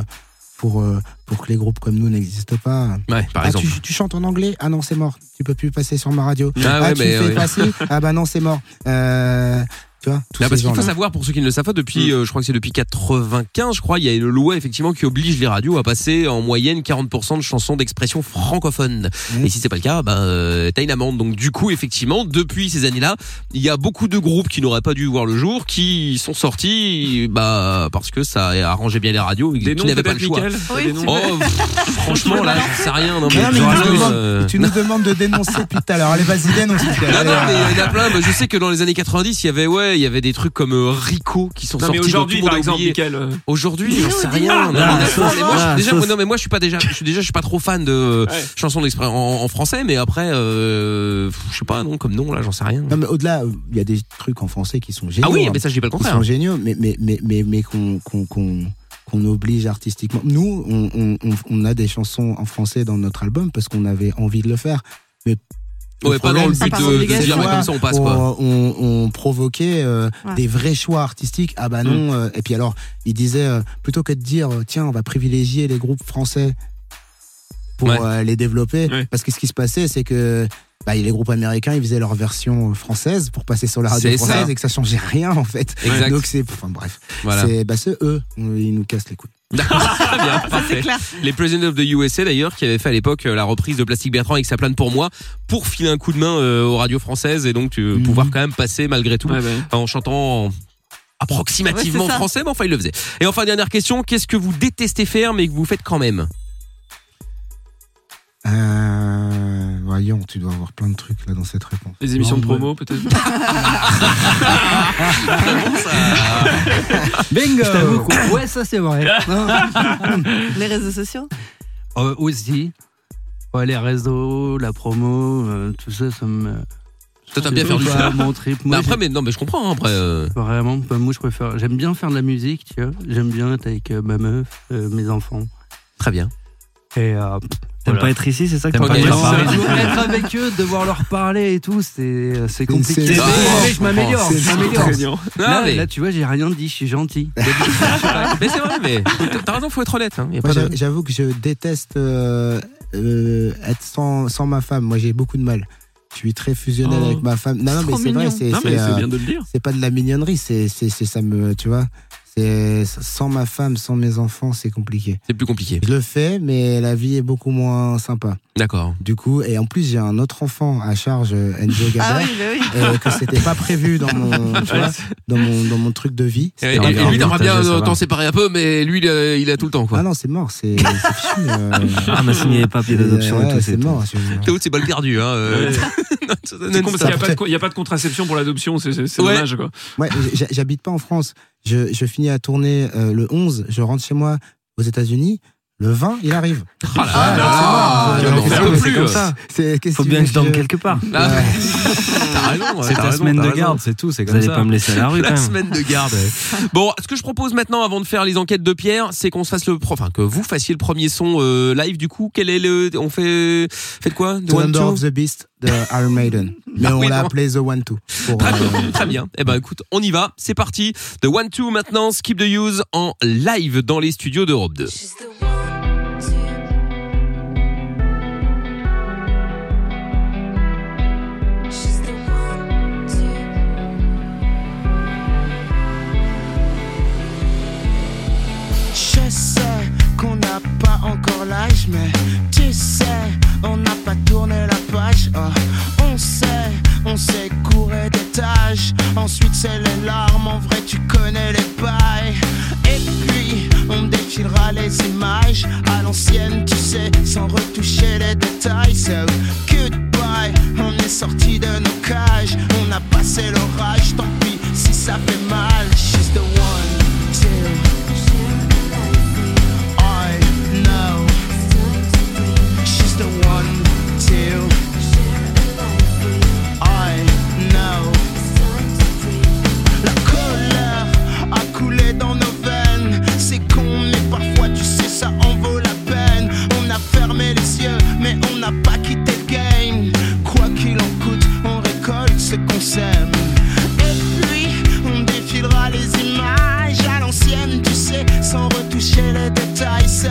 Speaker 3: pour euh, pour que les groupes comme nous n'existent pas.
Speaker 2: Ouais, par
Speaker 3: ah,
Speaker 2: exemple.
Speaker 3: tu, tu chantes en anglais Ah non, c'est mort. Tu peux plus passer sur ma radio.
Speaker 2: Ah ouais,
Speaker 3: tu
Speaker 2: mais,
Speaker 3: fais
Speaker 2: ouais.
Speaker 3: passer Ah bah non, c'est mort. Euh, tu vois tous
Speaker 2: Ah,
Speaker 3: ces
Speaker 2: parce qu'il faut
Speaker 3: gens-là.
Speaker 2: savoir, pour ceux qui ne le savent pas,
Speaker 4: Mm.
Speaker 2: depuis, euh, je crois que c'est depuis 95, je crois, il y a une loi effectivement qui oblige les radios à passer en moyenne 40% de chansons d'expression francophone.
Speaker 4: Mm.
Speaker 3: Mmh.
Speaker 2: Et si c'est pas le cas, ben, euh, t'as une amende. Donc du coup, effectivement, depuis ces années-là, il y a beaucoup de groupes qui n'auraient pas dû voir le jour, qui sont sortis, bah, parce que ça arrangeait bien les radios, et
Speaker 4: Des
Speaker 2: qui
Speaker 4: noms
Speaker 2: n'avaient pas
Speaker 4: peut-être,
Speaker 2: le choix.
Speaker 4: Mickaël
Speaker 5: Oui,
Speaker 4: Des noms
Speaker 5: tu-
Speaker 2: Oh, pff, franchement, là, j'en sais rien. Non, mais,
Speaker 3: Mais non, mais
Speaker 2: tu vois,
Speaker 3: il nous
Speaker 2: euh,
Speaker 3: demande- Tu nous demandes de dénoncer depuis tout à l'heure. Allez, vas-y, dénonce. Mickaël.
Speaker 2: non,
Speaker 3: Allez,
Speaker 2: non, mais
Speaker 3: euh,
Speaker 2: il y en a plein. Bah, je sais que dans les années 90, il y avait, ouais, il y avait des trucs comme euh, Rico qui sont
Speaker 4: Non, mais
Speaker 2: sortis. dont
Speaker 4: aujourd'hui,
Speaker 2: tout le monde
Speaker 4: par
Speaker 2: a
Speaker 4: exemple,
Speaker 2: oublié.
Speaker 4: Mickaël. euh,
Speaker 2: Aujourd'hui,
Speaker 5: Dis-nous,
Speaker 2: j'en sais
Speaker 5: dis-nous.
Speaker 2: rien. Non, mais
Speaker 7: Ah,
Speaker 2: honnêtement,
Speaker 7: sauce,
Speaker 2: mais moi, je-
Speaker 7: ah,
Speaker 2: déjà,
Speaker 7: sauce.
Speaker 2: non, mais moi, je suis pas déjà, je suis déjà, je suis pas trop fan de euh,
Speaker 4: Ouais.
Speaker 2: chansons d'exprès en, en français, mais après, euh, je sais pas, non, comme non, là, j'en sais rien.
Speaker 3: non, mais au-delà, il y a des trucs en français qui sont géniaux.
Speaker 2: Ah oui,
Speaker 3: hein.
Speaker 2: mais ça, je dis pas le
Speaker 3: qui
Speaker 2: contraire.
Speaker 3: sont géniaux, mais, mais, mais, mais, mais qu'on qu'on qu'on- qu'on oblige artistiquement. Nous, on, on, on- on a des chansons en français dans notre album parce qu'on avait envie de le faire. Mais le
Speaker 2: Ouais, pas dans le but
Speaker 3: problème,
Speaker 5: Ah,
Speaker 2: de,
Speaker 5: par
Speaker 2: de
Speaker 5: obligation.
Speaker 2: dire, ouais,
Speaker 3: Ouais,
Speaker 2: comme ça, on passe,
Speaker 3: on,
Speaker 2: quoi.
Speaker 3: on- on provoquait euh,
Speaker 5: Ouais.
Speaker 3: des vrais choix artistiques. Ah bah
Speaker 2: Mm.
Speaker 3: non. euh, et puis alors, il disait euh, plutôt que de dire euh, tiens, on va privilégier les groupes français pour
Speaker 2: Ouais.
Speaker 3: euh, les développer,
Speaker 4: Ouais.
Speaker 3: parce que ce qui se passait, c'est que bah, les groupes américains, ils faisaient leur version française pour passer sur la radio
Speaker 2: C'est ça.
Speaker 3: française et que ça changeait rien en fait.
Speaker 2: Exact.
Speaker 3: Donc c'est, enfin bref,
Speaker 2: Voilà.
Speaker 3: c'est bah, c'est eux, on- ils nous cassent les couilles.
Speaker 2: D'accord. Très bien.
Speaker 5: C'est
Speaker 2: Parfait.
Speaker 5: clair.
Speaker 2: Les President of the USA d'ailleurs qui avait fait à l'époque euh, la reprise de Plastic Bertrand avec sa plane pour moi pour filer un coup de main euh, aux radios françaises et donc euh,
Speaker 3: Mhm.
Speaker 2: pouvoir quand même passer malgré tout
Speaker 4: Ouais, ouais.
Speaker 2: en chantant en- approximativement
Speaker 5: Ouais, c'est ça.
Speaker 2: français mais enfin il le faisait. Et enfin dernière question, qu'est-ce que vous détestez faire mais que vous faites quand même
Speaker 3: Euh, ouais, Vaillant, tu dois avoir plein de trucs là dans cette réponse.
Speaker 4: Les émissions de promo, peut-être
Speaker 6: Bingo
Speaker 7: Je
Speaker 3: Euh,
Speaker 7: t'avoue, quoi.
Speaker 6: Ouais, ça c'est vrai.
Speaker 5: Les réseaux sociaux
Speaker 7: Euh, aussi. Ouais, les réseaux, la promo, euh, tout ça, ça me.
Speaker 2: Toi, t'aimes bien faire du
Speaker 7: Pas Mon trip,
Speaker 2: Mais
Speaker 7: moi,
Speaker 2: après, mais non, mais je comprends. hein, Après, euh,
Speaker 7: j'ai- Vraiment, bah, moi je préfère. J'aime bien faire de la musique, tu vois. J'aime bien être avec euh, ma meuf, euh, mes enfants.
Speaker 2: très bien.
Speaker 7: Et euh,
Speaker 6: T'aimes
Speaker 7: Voilà.
Speaker 6: pas être ici, c'est ça que
Speaker 2: T'aimes pas
Speaker 6: t'as envie de
Speaker 2: être
Speaker 6: leur
Speaker 2: ici.
Speaker 6: parler
Speaker 7: toujours être avec eux, devoir leur parler et tout, c'est c'est compliqué.
Speaker 6: Eh
Speaker 3: C'est-
Speaker 6: ben,
Speaker 7: Mais
Speaker 2: Ah. c'est-
Speaker 7: je m'améliore,
Speaker 3: c'est-
Speaker 7: je m'améliore.
Speaker 4: Gagnant.
Speaker 2: Non,
Speaker 6: Ah,
Speaker 7: Là,
Speaker 2: mais,
Speaker 7: là, tu vois, j'ai rien dit, je suis gentil.
Speaker 2: mais c'est vrai, mais t'as- t'as raison, faut être honnête. hein, y a pas
Speaker 3: Moi,
Speaker 2: de-
Speaker 3: j'a- J'avoue que je déteste euh, euh, être sans, sans ma femme. Moi, j'ai beaucoup de mal. Je suis très fusionnel
Speaker 4: Oh.
Speaker 3: avec ma femme. Non, non,
Speaker 5: C'est
Speaker 3: mais
Speaker 5: trop
Speaker 3: c'est vrai,
Speaker 5: mignon.
Speaker 3: c'est
Speaker 4: Non, mais
Speaker 3: c'est,
Speaker 4: c'est
Speaker 3: euh,
Speaker 4: bien de le dire.
Speaker 3: c'est pas de la mignonnerie. C'est c'est- c'est- ça me, tu vois. C'est sans ma femme, sans mes enfants, c'est compliqué.
Speaker 2: C'est plus compliqué.
Speaker 3: Je le fais, mais la vie est beaucoup moins sympa.
Speaker 2: D'accord.
Speaker 3: Du coup, et en plus, j'ai un autre enfant à charge, euh, Enzo
Speaker 5: Ah
Speaker 3: Gabber.
Speaker 5: oui, bah oui.
Speaker 3: euh, que c'était pas prévu dans mon, tu vois, dans mon, dans mon truc de vie.
Speaker 2: Et,
Speaker 3: C'était
Speaker 2: et- et
Speaker 3: un-
Speaker 2: lui, il aimerait bien
Speaker 6: partagé, ça
Speaker 2: euh,
Speaker 6: va.
Speaker 2: t'en séparer un peu, mais lui, il a, il a tout le temps, quoi.
Speaker 3: Ah non, c'est mort, c'est c'est fichu. euh,
Speaker 6: Ah, on a signé les papiers d'adoption et
Speaker 3: ouais,
Speaker 6: tout,
Speaker 3: c'est
Speaker 6: c'est
Speaker 3: mort. je-
Speaker 2: Théo, c'est balle perdue, hein. euh.
Speaker 4: Ouais.
Speaker 2: Non, ça donne
Speaker 4: C'est con parce qu'il
Speaker 2: ça.
Speaker 4: n'y a, pas de- il y a pas de contraception pour l'adoption, c'est c'est- c'est
Speaker 2: Ouais.
Speaker 4: dommage quoi.
Speaker 3: Ouais, j'- j'habite pas en France. Je, je finis à tourner euh, le 11, je rentre chez moi aux États-Unis. Le 20, il arrive.
Speaker 2: Ah là là,
Speaker 3: Ah,
Speaker 2: c'est
Speaker 3: non,
Speaker 2: mort.
Speaker 3: mais
Speaker 2: On
Speaker 3: c'est
Speaker 2: peut plus. euh.
Speaker 3: comme ça. C'est- qu'est-ce
Speaker 6: Faut
Speaker 3: tu
Speaker 6: bien
Speaker 3: veux
Speaker 6: que je dorme quelque part.
Speaker 2: Ah, T'as raison.
Speaker 6: C'est
Speaker 2: t'as
Speaker 6: ta
Speaker 2: raison,
Speaker 6: semaine
Speaker 2: t'as
Speaker 6: de
Speaker 2: raison.
Speaker 6: garde, c'est tout, c'est
Speaker 7: Vous
Speaker 6: comme
Speaker 7: allez
Speaker 6: ça.
Speaker 7: pas me laisser à la rue quand
Speaker 2: La
Speaker 7: même.
Speaker 2: semaine de garde. Bon, ce que je propose maintenant, avant de faire les enquêtes de Pierre, c'est qu'on se fasse le, pro- enfin que vous fassiez le premier son euh, live. Du coup, quel est le, on fait, faites quoi The
Speaker 3: The
Speaker 2: One
Speaker 3: Wonder
Speaker 2: Two
Speaker 3: of the Beast de Iron Maiden. Mais
Speaker 2: Ah
Speaker 3: on
Speaker 2: oui,
Speaker 3: l'a
Speaker 2: non.
Speaker 3: appelé The One Two. pour,
Speaker 2: Très
Speaker 3: euh,
Speaker 2: bien, Ah, très bien. Eh ben écoute, on y va, c'est parti. The One Two maintenant, Skip the Use en live dans les studios d'Europe 2.
Speaker 8: She's the one, two. She's the one, two.
Speaker 9: Je sais qu'on n'a pas encore l'âge, mais tu sais, on n'a pas tourné la page. Oh, on sait, on s'est couré d'étage. Ensuite, c'est les larmes, en vrai, tu connais les pailles. Et puis, on défilera les images à l'ancienne, tu sais, sans retoucher les détails. So, goodbye, on est sorti de nos cages. On a passé l'orage, tant pis si ça fait mal. She's the one, two. I know she's the one to. I know la colère a coulé dans nos veines. C'est con, mais parfois tu sais, ça en vaut la peine. On a fermé les yeux, mais on n'a pas quitté le game. Quoi qu'il en coûte, on récolte ce qu'on sème. Et puis, on défilera les images à l'ancienne, tu sais, sans retoucher les détails. So,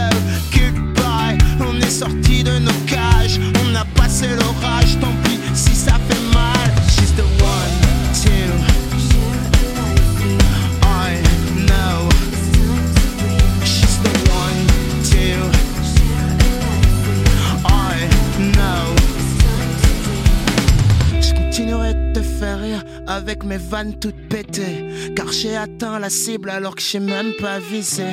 Speaker 9: goodbye, on est sorti de nos cages. On a passé l'orage, tant pis si ça fait mal. She's the one, two. I know she's the one to. I know. Je continuerai de te faire rire avec mes vannes toutes pétées. Car j'ai atteint la cible alors que j'ai même pas visé.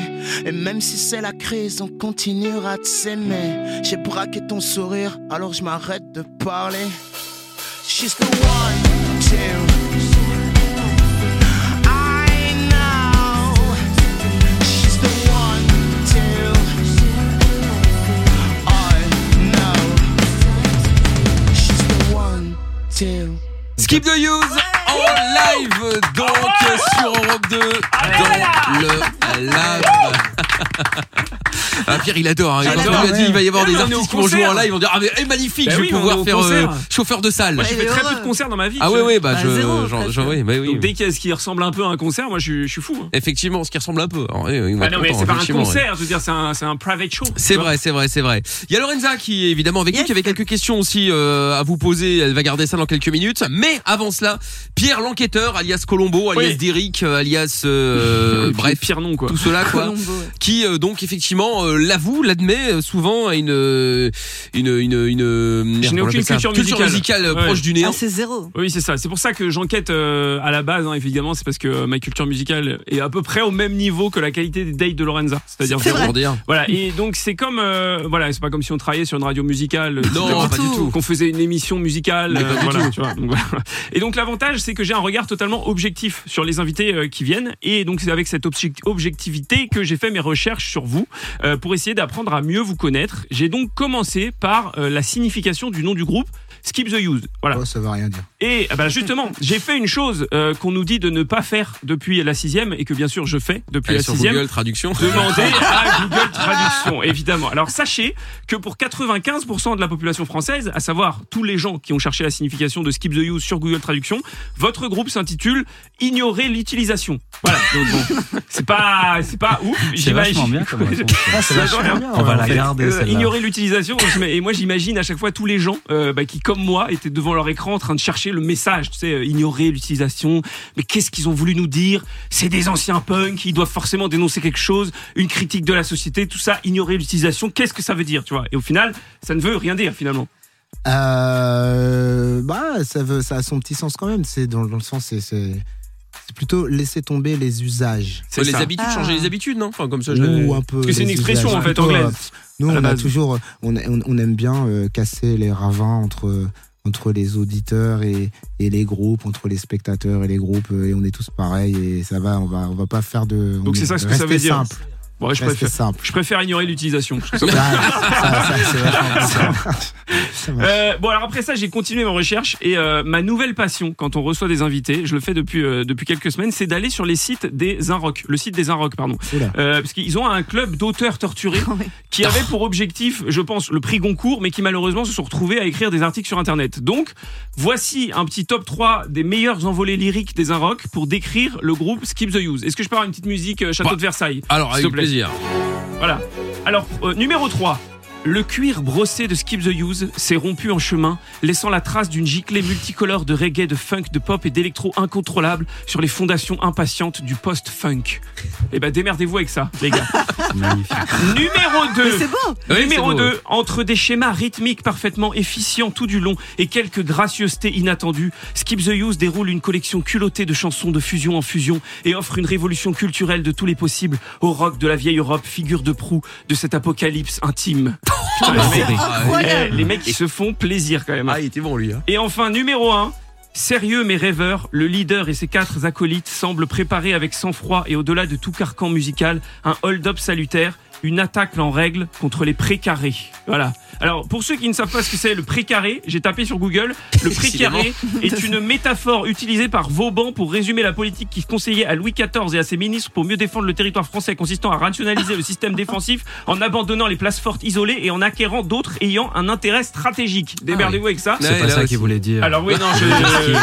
Speaker 9: Et même si c'est la crise, on continuera de s'aimer. J'ai braqué ton sourire alors je m'arrête de parler. She's the one, two. I know she's the one to. I know she's the one to.
Speaker 2: Skip the Use en live donc
Speaker 4: Ah
Speaker 2: sur Europe 2 dans le live. Ah, Pierre il adore, hein. Il
Speaker 4: J'adore,
Speaker 2: m'a dit il va y avoir
Speaker 4: Ouais,
Speaker 2: des
Speaker 4: on est au
Speaker 2: artistes qui vont
Speaker 4: concert.
Speaker 2: jouer en live, on dire ah mais eh, magnifique,
Speaker 4: Bah
Speaker 2: je vais
Speaker 4: oui, on est
Speaker 2: pouvoir
Speaker 4: au
Speaker 2: faire
Speaker 4: concert.
Speaker 2: euh, chauffeur de salle.
Speaker 4: Moi j'ai
Speaker 5: Elle
Speaker 4: fait
Speaker 5: est
Speaker 4: très peu
Speaker 5: heureuse.
Speaker 4: de concerts dans ma vie.
Speaker 2: Ah
Speaker 4: tu
Speaker 2: ouais
Speaker 4: vois.
Speaker 2: ouais bah
Speaker 5: Bah,
Speaker 2: je
Speaker 5: zéro,
Speaker 2: genre,
Speaker 5: presque.
Speaker 2: genre, oui, bah, oui.
Speaker 4: Donc dès qu'il y a ce qui ressemble un peu à un concert, moi je, suis- je suis fou. hein.
Speaker 2: mais- effectivement ce qui ressemble un peu. Alors, oui, oui, on va
Speaker 4: Ah
Speaker 2: être
Speaker 4: non, mais
Speaker 2: content,
Speaker 4: c'est pas un
Speaker 2: effectivement, ouais.
Speaker 4: concert, je veux dire, c'est un, c'est un private show.
Speaker 2: C'est
Speaker 4: tu vois.
Speaker 2: vrai, c'est vrai, c'est vrai. Il y a Lorenza qui est évidemment avec nous,
Speaker 5: Yes.
Speaker 2: qui avait quelques questions aussi euh, à vous poser. Elle va garder ça dans quelques minutes. Mais avant cela, Pierre l'enquêteur, alias Colombo, alias
Speaker 4: Oui.
Speaker 2: Derrick, euh, alias euh,
Speaker 4: Et puis,
Speaker 2: bref,
Speaker 4: pire nom quoi.
Speaker 2: tout cela quoi.
Speaker 5: Colombo. ouais.
Speaker 2: Qui euh, donc effectivement euh, la l'avoue, l'admet euh, souvent à une euh, une une une, euh, merde,
Speaker 4: Je n'ai
Speaker 2: comment on
Speaker 4: aucune
Speaker 2: appelle ça
Speaker 4: culture musicale.
Speaker 2: musicale, euh,
Speaker 4: Ouais.
Speaker 2: proche du
Speaker 5: Ah,
Speaker 2: néant.
Speaker 5: c'est zéro.
Speaker 4: Oui, c'est ça. C'est pour ça que j'enquête euh, à la base, hein, évidemment. C'est parce que euh, ma culture musicale est à peu près au même niveau que la qualité des dates de Lorenza. C'est-à-dire
Speaker 5: C'est
Speaker 4: zéro.
Speaker 5: vrai.
Speaker 2: Pour dire.
Speaker 4: Voilà, et donc c'est comme. euh, voilà, c'est pas comme si on travaillait sur une radio musicale. euh,
Speaker 2: Non,
Speaker 4: etc.
Speaker 2: pas du tout.
Speaker 4: Qu'on faisait une émission musicale.
Speaker 2: Mais pas
Speaker 4: euh,
Speaker 2: du
Speaker 4: voilà, tu vois, donc voilà. Et donc l'avantage, c'est que j'ai un regard totalement objectif sur les invités euh, qui viennent. Et donc c'est avec cette obje- objectivité que j'ai fait mes recherches sur vous euh, pour essayer d'apprendre à mieux vous connaître. J'ai donc commencé par euh, la signification du nom du groupe. Skip the Use. Voilà.
Speaker 3: Oh, ça va rien dire.
Speaker 4: Et ah bah, justement, j'ai fait une chose euh, qu'on nous dit de ne pas faire depuis la sixième et que bien sûr je fais depuis
Speaker 2: Allez,
Speaker 4: la
Speaker 2: sur
Speaker 4: sixième.
Speaker 2: Google traduction.
Speaker 4: Demandez à Google Traduction, évidemment. Alors sachez que pour 95% de la population française, à savoir tous les gens qui ont cherché la signification de Skip the Use sur Google Traduction, votre groupe s'intitule Ignorer l'utilisation. Voilà. Donc bon, c'est pas, c'est pas ouf.
Speaker 6: C'est
Speaker 4: j'imagine.
Speaker 6: vachement bien comme réponse.
Speaker 4: C'est vachement bien.
Speaker 6: On va la
Speaker 4: Fait,
Speaker 6: garder,
Speaker 4: euh,
Speaker 6: celle-là.
Speaker 4: ignorer l'utilisation. On se met- Et moi, j'imagine à chaque fois tous les gens euh, bah, qui, comme moi, étaient devant leur écran en train de chercher le message. Tu sais, euh, ignorer l'utilisation. Mais qu'est-ce qu'ils ont voulu nous dire C'est des anciens punks. Ils doivent forcément dénoncer quelque chose, une critique de la société, tout ça. Ignorer l'utilisation. Qu'est-ce que ça veut dire, tu vois Et au final, ça ne veut rien dire finalement.
Speaker 3: Euh, bah, ça, veut, ça a son petit sens quand même. C'est dans, dans le sens, c'est- c'est c'est plutôt laisser tomber les usages.
Speaker 4: C'est
Speaker 2: Ouais, les
Speaker 4: ça. Mmh.
Speaker 2: habitudes,
Speaker 5: Ah.
Speaker 2: changer les habitudes, non Enfin, comme ça, je l'ai-
Speaker 3: Ou un peu.
Speaker 4: Parce que c'est
Speaker 3: les
Speaker 4: une expression,
Speaker 3: usages.
Speaker 4: en fait,
Speaker 3: Un peu,
Speaker 4: anglaise,
Speaker 3: euh, Nous,
Speaker 4: à la
Speaker 3: on a
Speaker 4: base.
Speaker 3: toujours, on, on, on aime bien euh, casser les ravins entre entre les auditeurs et, et les groupes, entre les spectateurs et les groupes, euh, et on est tous pareils et ça va, on va, on va pas faire de.
Speaker 4: Donc
Speaker 3: on-
Speaker 4: c'est ça ce que ça
Speaker 3: rester
Speaker 4: veut dire.
Speaker 3: Simple,
Speaker 4: Bon, ouais, je
Speaker 3: rester
Speaker 4: préfère.
Speaker 3: simple.
Speaker 4: Je préfère ignorer l'utilisation. Je trouve ça-
Speaker 3: Ouais, ça- ça, c'est vachement plus simple.
Speaker 4: Euh, bon alors après ça j'ai continué mes recherches et euh, ma nouvelle passion quand on reçoit des invités, je le fais depuis euh, depuis quelques semaines, c'est d'aller sur les sites des Inrock, le site des Inrock pardon,
Speaker 3: Oula.
Speaker 4: Euh, parce qu'ils ont un club d'auteurs torturés
Speaker 5: Ouais.
Speaker 4: qui avait pour objectif, je pense, le prix Goncourt, mais qui malheureusement se sont retrouvés à écrire des articles sur Internet. Donc voici un petit top 3 des meilleurs envolées lyriques des Inrock pour décrire le groupe Skip the Use. Est-ce que je peux avoir une petite musique euh, Château
Speaker 2: Bah.
Speaker 4: de Versailles
Speaker 2: Alors,
Speaker 4: S'il te
Speaker 2: avec
Speaker 4: plaît.
Speaker 2: plaisir.
Speaker 4: voilà. Alors, euh, numéro 3. Le cuir brossé de Skip the Use s'est rompu en chemin, laissant la trace d'une giclée multicolore de reggae, de funk, de pop et d'électro incontrôlable sur les fondations impatientes du post-funk. Eh ben, démerdez-vous avec ça, les gars.
Speaker 6: Magnifique.
Speaker 4: numéro 2.
Speaker 5: Mais c'est beau.
Speaker 2: Oui,
Speaker 4: Numéro
Speaker 2: c'est beau.
Speaker 4: 2, entre des schémas rythmiques parfaitement efficients tout du long et quelques gracieusetés inattendues, Skip the Use déroule une collection culottée de chansons de fusion en fusion et offre une révolution culturelle de tous les possibles au rock de la vieille Europe, figure de proue de cet apocalypse intime. Putain, les, mecs,
Speaker 5: Incroyable.
Speaker 4: eh, les mecs, ils se font plaisir quand même.
Speaker 2: Ah, il était bon, lui. hein.
Speaker 4: Et enfin, numéro 1. Sérieux mais rêveur, le leader et ses quatre acolytes semblent préparer avec sang-froid et au-delà de tout carcan musical un hold-up salutaire, une attaque en règle contre les précarés. Voilà. Alors, pour ceux qui ne savent pas ce que c'est le précaré, j'ai tapé sur Google. Le précaré est une métaphore utilisée par Vauban pour résumer la politique qui conseillait à Louis XIV et à ses ministres pour mieux défendre le territoire français consistant à rationaliser le système défensif en abandonnant les places fortes isolées et en acquérant d'autres ayant un intérêt stratégique. Démerdez-vous avec ça.
Speaker 2: Ouais,
Speaker 6: C'est pas
Speaker 2: là
Speaker 6: ça
Speaker 2: aussi.
Speaker 6: qu'il voulait dire.
Speaker 4: Alors oui, non, je,
Speaker 6: Ce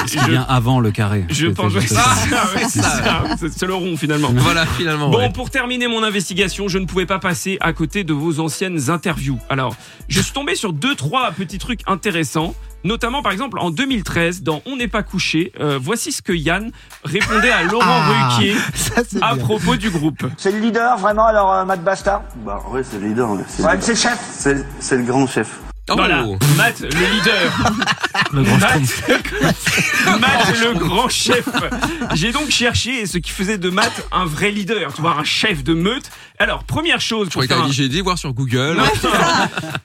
Speaker 6: qui- ce qui
Speaker 4: je,
Speaker 6: vient avant le carré.
Speaker 4: je
Speaker 6: C'était
Speaker 4: pense que
Speaker 6: juste
Speaker 4: c'est
Speaker 6: ça.
Speaker 4: ça, ouais, c'est ça, c'est- c'est le rond finalement.
Speaker 2: Voilà, finalement.
Speaker 4: Bon,
Speaker 2: ouais.
Speaker 4: pour terminer mon investigation, je ne pouvais pas passer à côté de vos anciennes interviews. Alors, je suis tombé sur deux, trois petits trucs intéressants. Notamment, par exemple, en 2013, dans On n'est pas couché, euh, voici ce que Yann répondait à Laurent
Speaker 3: Ah.
Speaker 4: Ruquier
Speaker 3: Ça, c'est
Speaker 4: à
Speaker 3: bien.
Speaker 4: propos du groupe.
Speaker 10: C'est le leader, vraiment, alors, euh, Matt Basta
Speaker 9: Bah ouais, c'est le leader. ouais. C'est
Speaker 10: Ouais,
Speaker 9: le-
Speaker 10: c'est le chef
Speaker 9: C'est le- c'est le grand chef.
Speaker 2: Oh.
Speaker 4: Voilà, Matt, le leader.
Speaker 6: Le grand
Speaker 4: Matt, Matt, le grand chef. J'ai donc cherché ce qui faisait de Matt un vrai leader, tu vois, un chef de meute. Alors, première
Speaker 2: Je
Speaker 4: chose, pour
Speaker 2: croyais que
Speaker 4: faire
Speaker 2: t'avais
Speaker 4: un-
Speaker 2: dit, j'ai été voir sur Google.
Speaker 4: Non.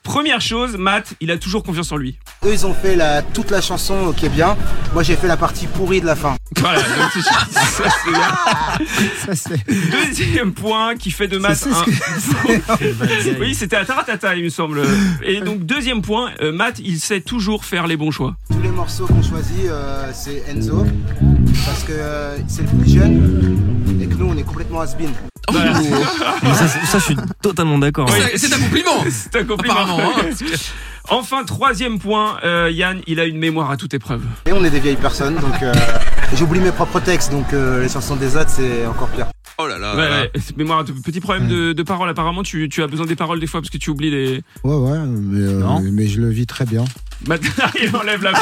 Speaker 4: première chose, Matt, il a toujours confiance en lui.
Speaker 3: Eux, ils ont fait la, toute la chanson qui est bien. Moi, j'ai fait la partie pourrie de la fin.
Speaker 4: Voilà, donc c'est- ça, c'est bien.
Speaker 3: Ça, c'est.
Speaker 4: Deuxième point qui fait de Matt
Speaker 3: C'est ça,
Speaker 4: un...
Speaker 3: ce
Speaker 4: oui, c'était à Taratata, il me semble. Et donc, deuxième point, euh, Matt, il sait toujours faire les bons choix.
Speaker 3: Tous les morceaux qu'on choisit, euh, c'est Enzo. Parce que euh, c'est le plus jeune. Et que nous, on est complètement has-been.
Speaker 4: Voilà.
Speaker 6: Mais ça, c'est- ça, je suis totalement d'accord.
Speaker 2: Oh,
Speaker 6: hein.
Speaker 2: C'est- C'est un compliment.
Speaker 4: C'est un compliment.
Speaker 2: Apparemment. hein.
Speaker 4: Enfin, troisième point, euh, Yann, il a une mémoire à toute épreuve.
Speaker 3: Et on est des vieilles personnes, donc. euh, J'oublie mes propres textes, donc euh, les chansons des autres, c'est encore pire.
Speaker 2: Oh là là là.
Speaker 4: Ouais,
Speaker 2: là. Hmm.
Speaker 4: ouais. Mais moi, un petit problème de, de paroles. Apparemment, tu, tu as besoin des paroles des fois parce que tu oublies les.
Speaker 3: Ouais, ouais, mais, euh,
Speaker 4: Non.
Speaker 3: mais je le vis très bien.
Speaker 4: Maintenant, il enlève la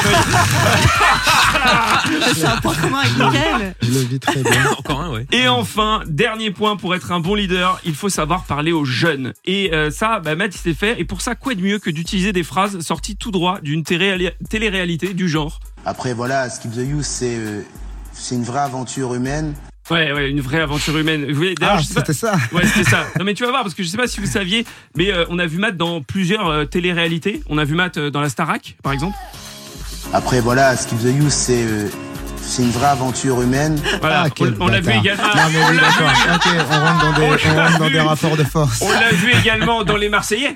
Speaker 4: feuille.
Speaker 5: C'est un point commun avec Mickaël.
Speaker 3: Je le vis très bien.
Speaker 2: Encore un, ouais.
Speaker 4: Et enfin, dernier point pour être un bon leader, il faut savoir parler aux jeunes. Et euh, ça, bah, Matt, il s'est fait. Et pour ça, quoi de mieux que d'utiliser des phrases sorties tout droit d'une téléréali- télé-réalité du genre
Speaker 11: Après, voilà, Skip the Youth, c'est euh, c'est une vraie aventure humaine.
Speaker 4: Ouais, ouais, une vraie aventure humaine. Vous voyez, d'ailleurs,
Speaker 11: Ah,
Speaker 4: je sais pas-
Speaker 11: c'était ça.
Speaker 4: Ouais, c'était ça. Non, mais tu vas voir, parce que je sais pas si vous saviez, mais euh, on a vu Matt dans plusieurs euh, téléréalités. On a vu Matt euh, dans la Starac, par exemple.
Speaker 11: Après, voilà, Skip the Youth, c'est euh, c'est une vraie aventure humaine.
Speaker 4: Voilà, Ah, quel on- on l'a vu bâtard. également.
Speaker 3: Non, mais
Speaker 4: On
Speaker 3: oui,
Speaker 4: l'a
Speaker 3: d'accord. Ok, on rentre dans des,
Speaker 4: On
Speaker 3: on
Speaker 4: l'a
Speaker 3: rentre dans
Speaker 4: vu.
Speaker 3: des rapports de force.
Speaker 4: On l'a vu également dans Les Marseillais.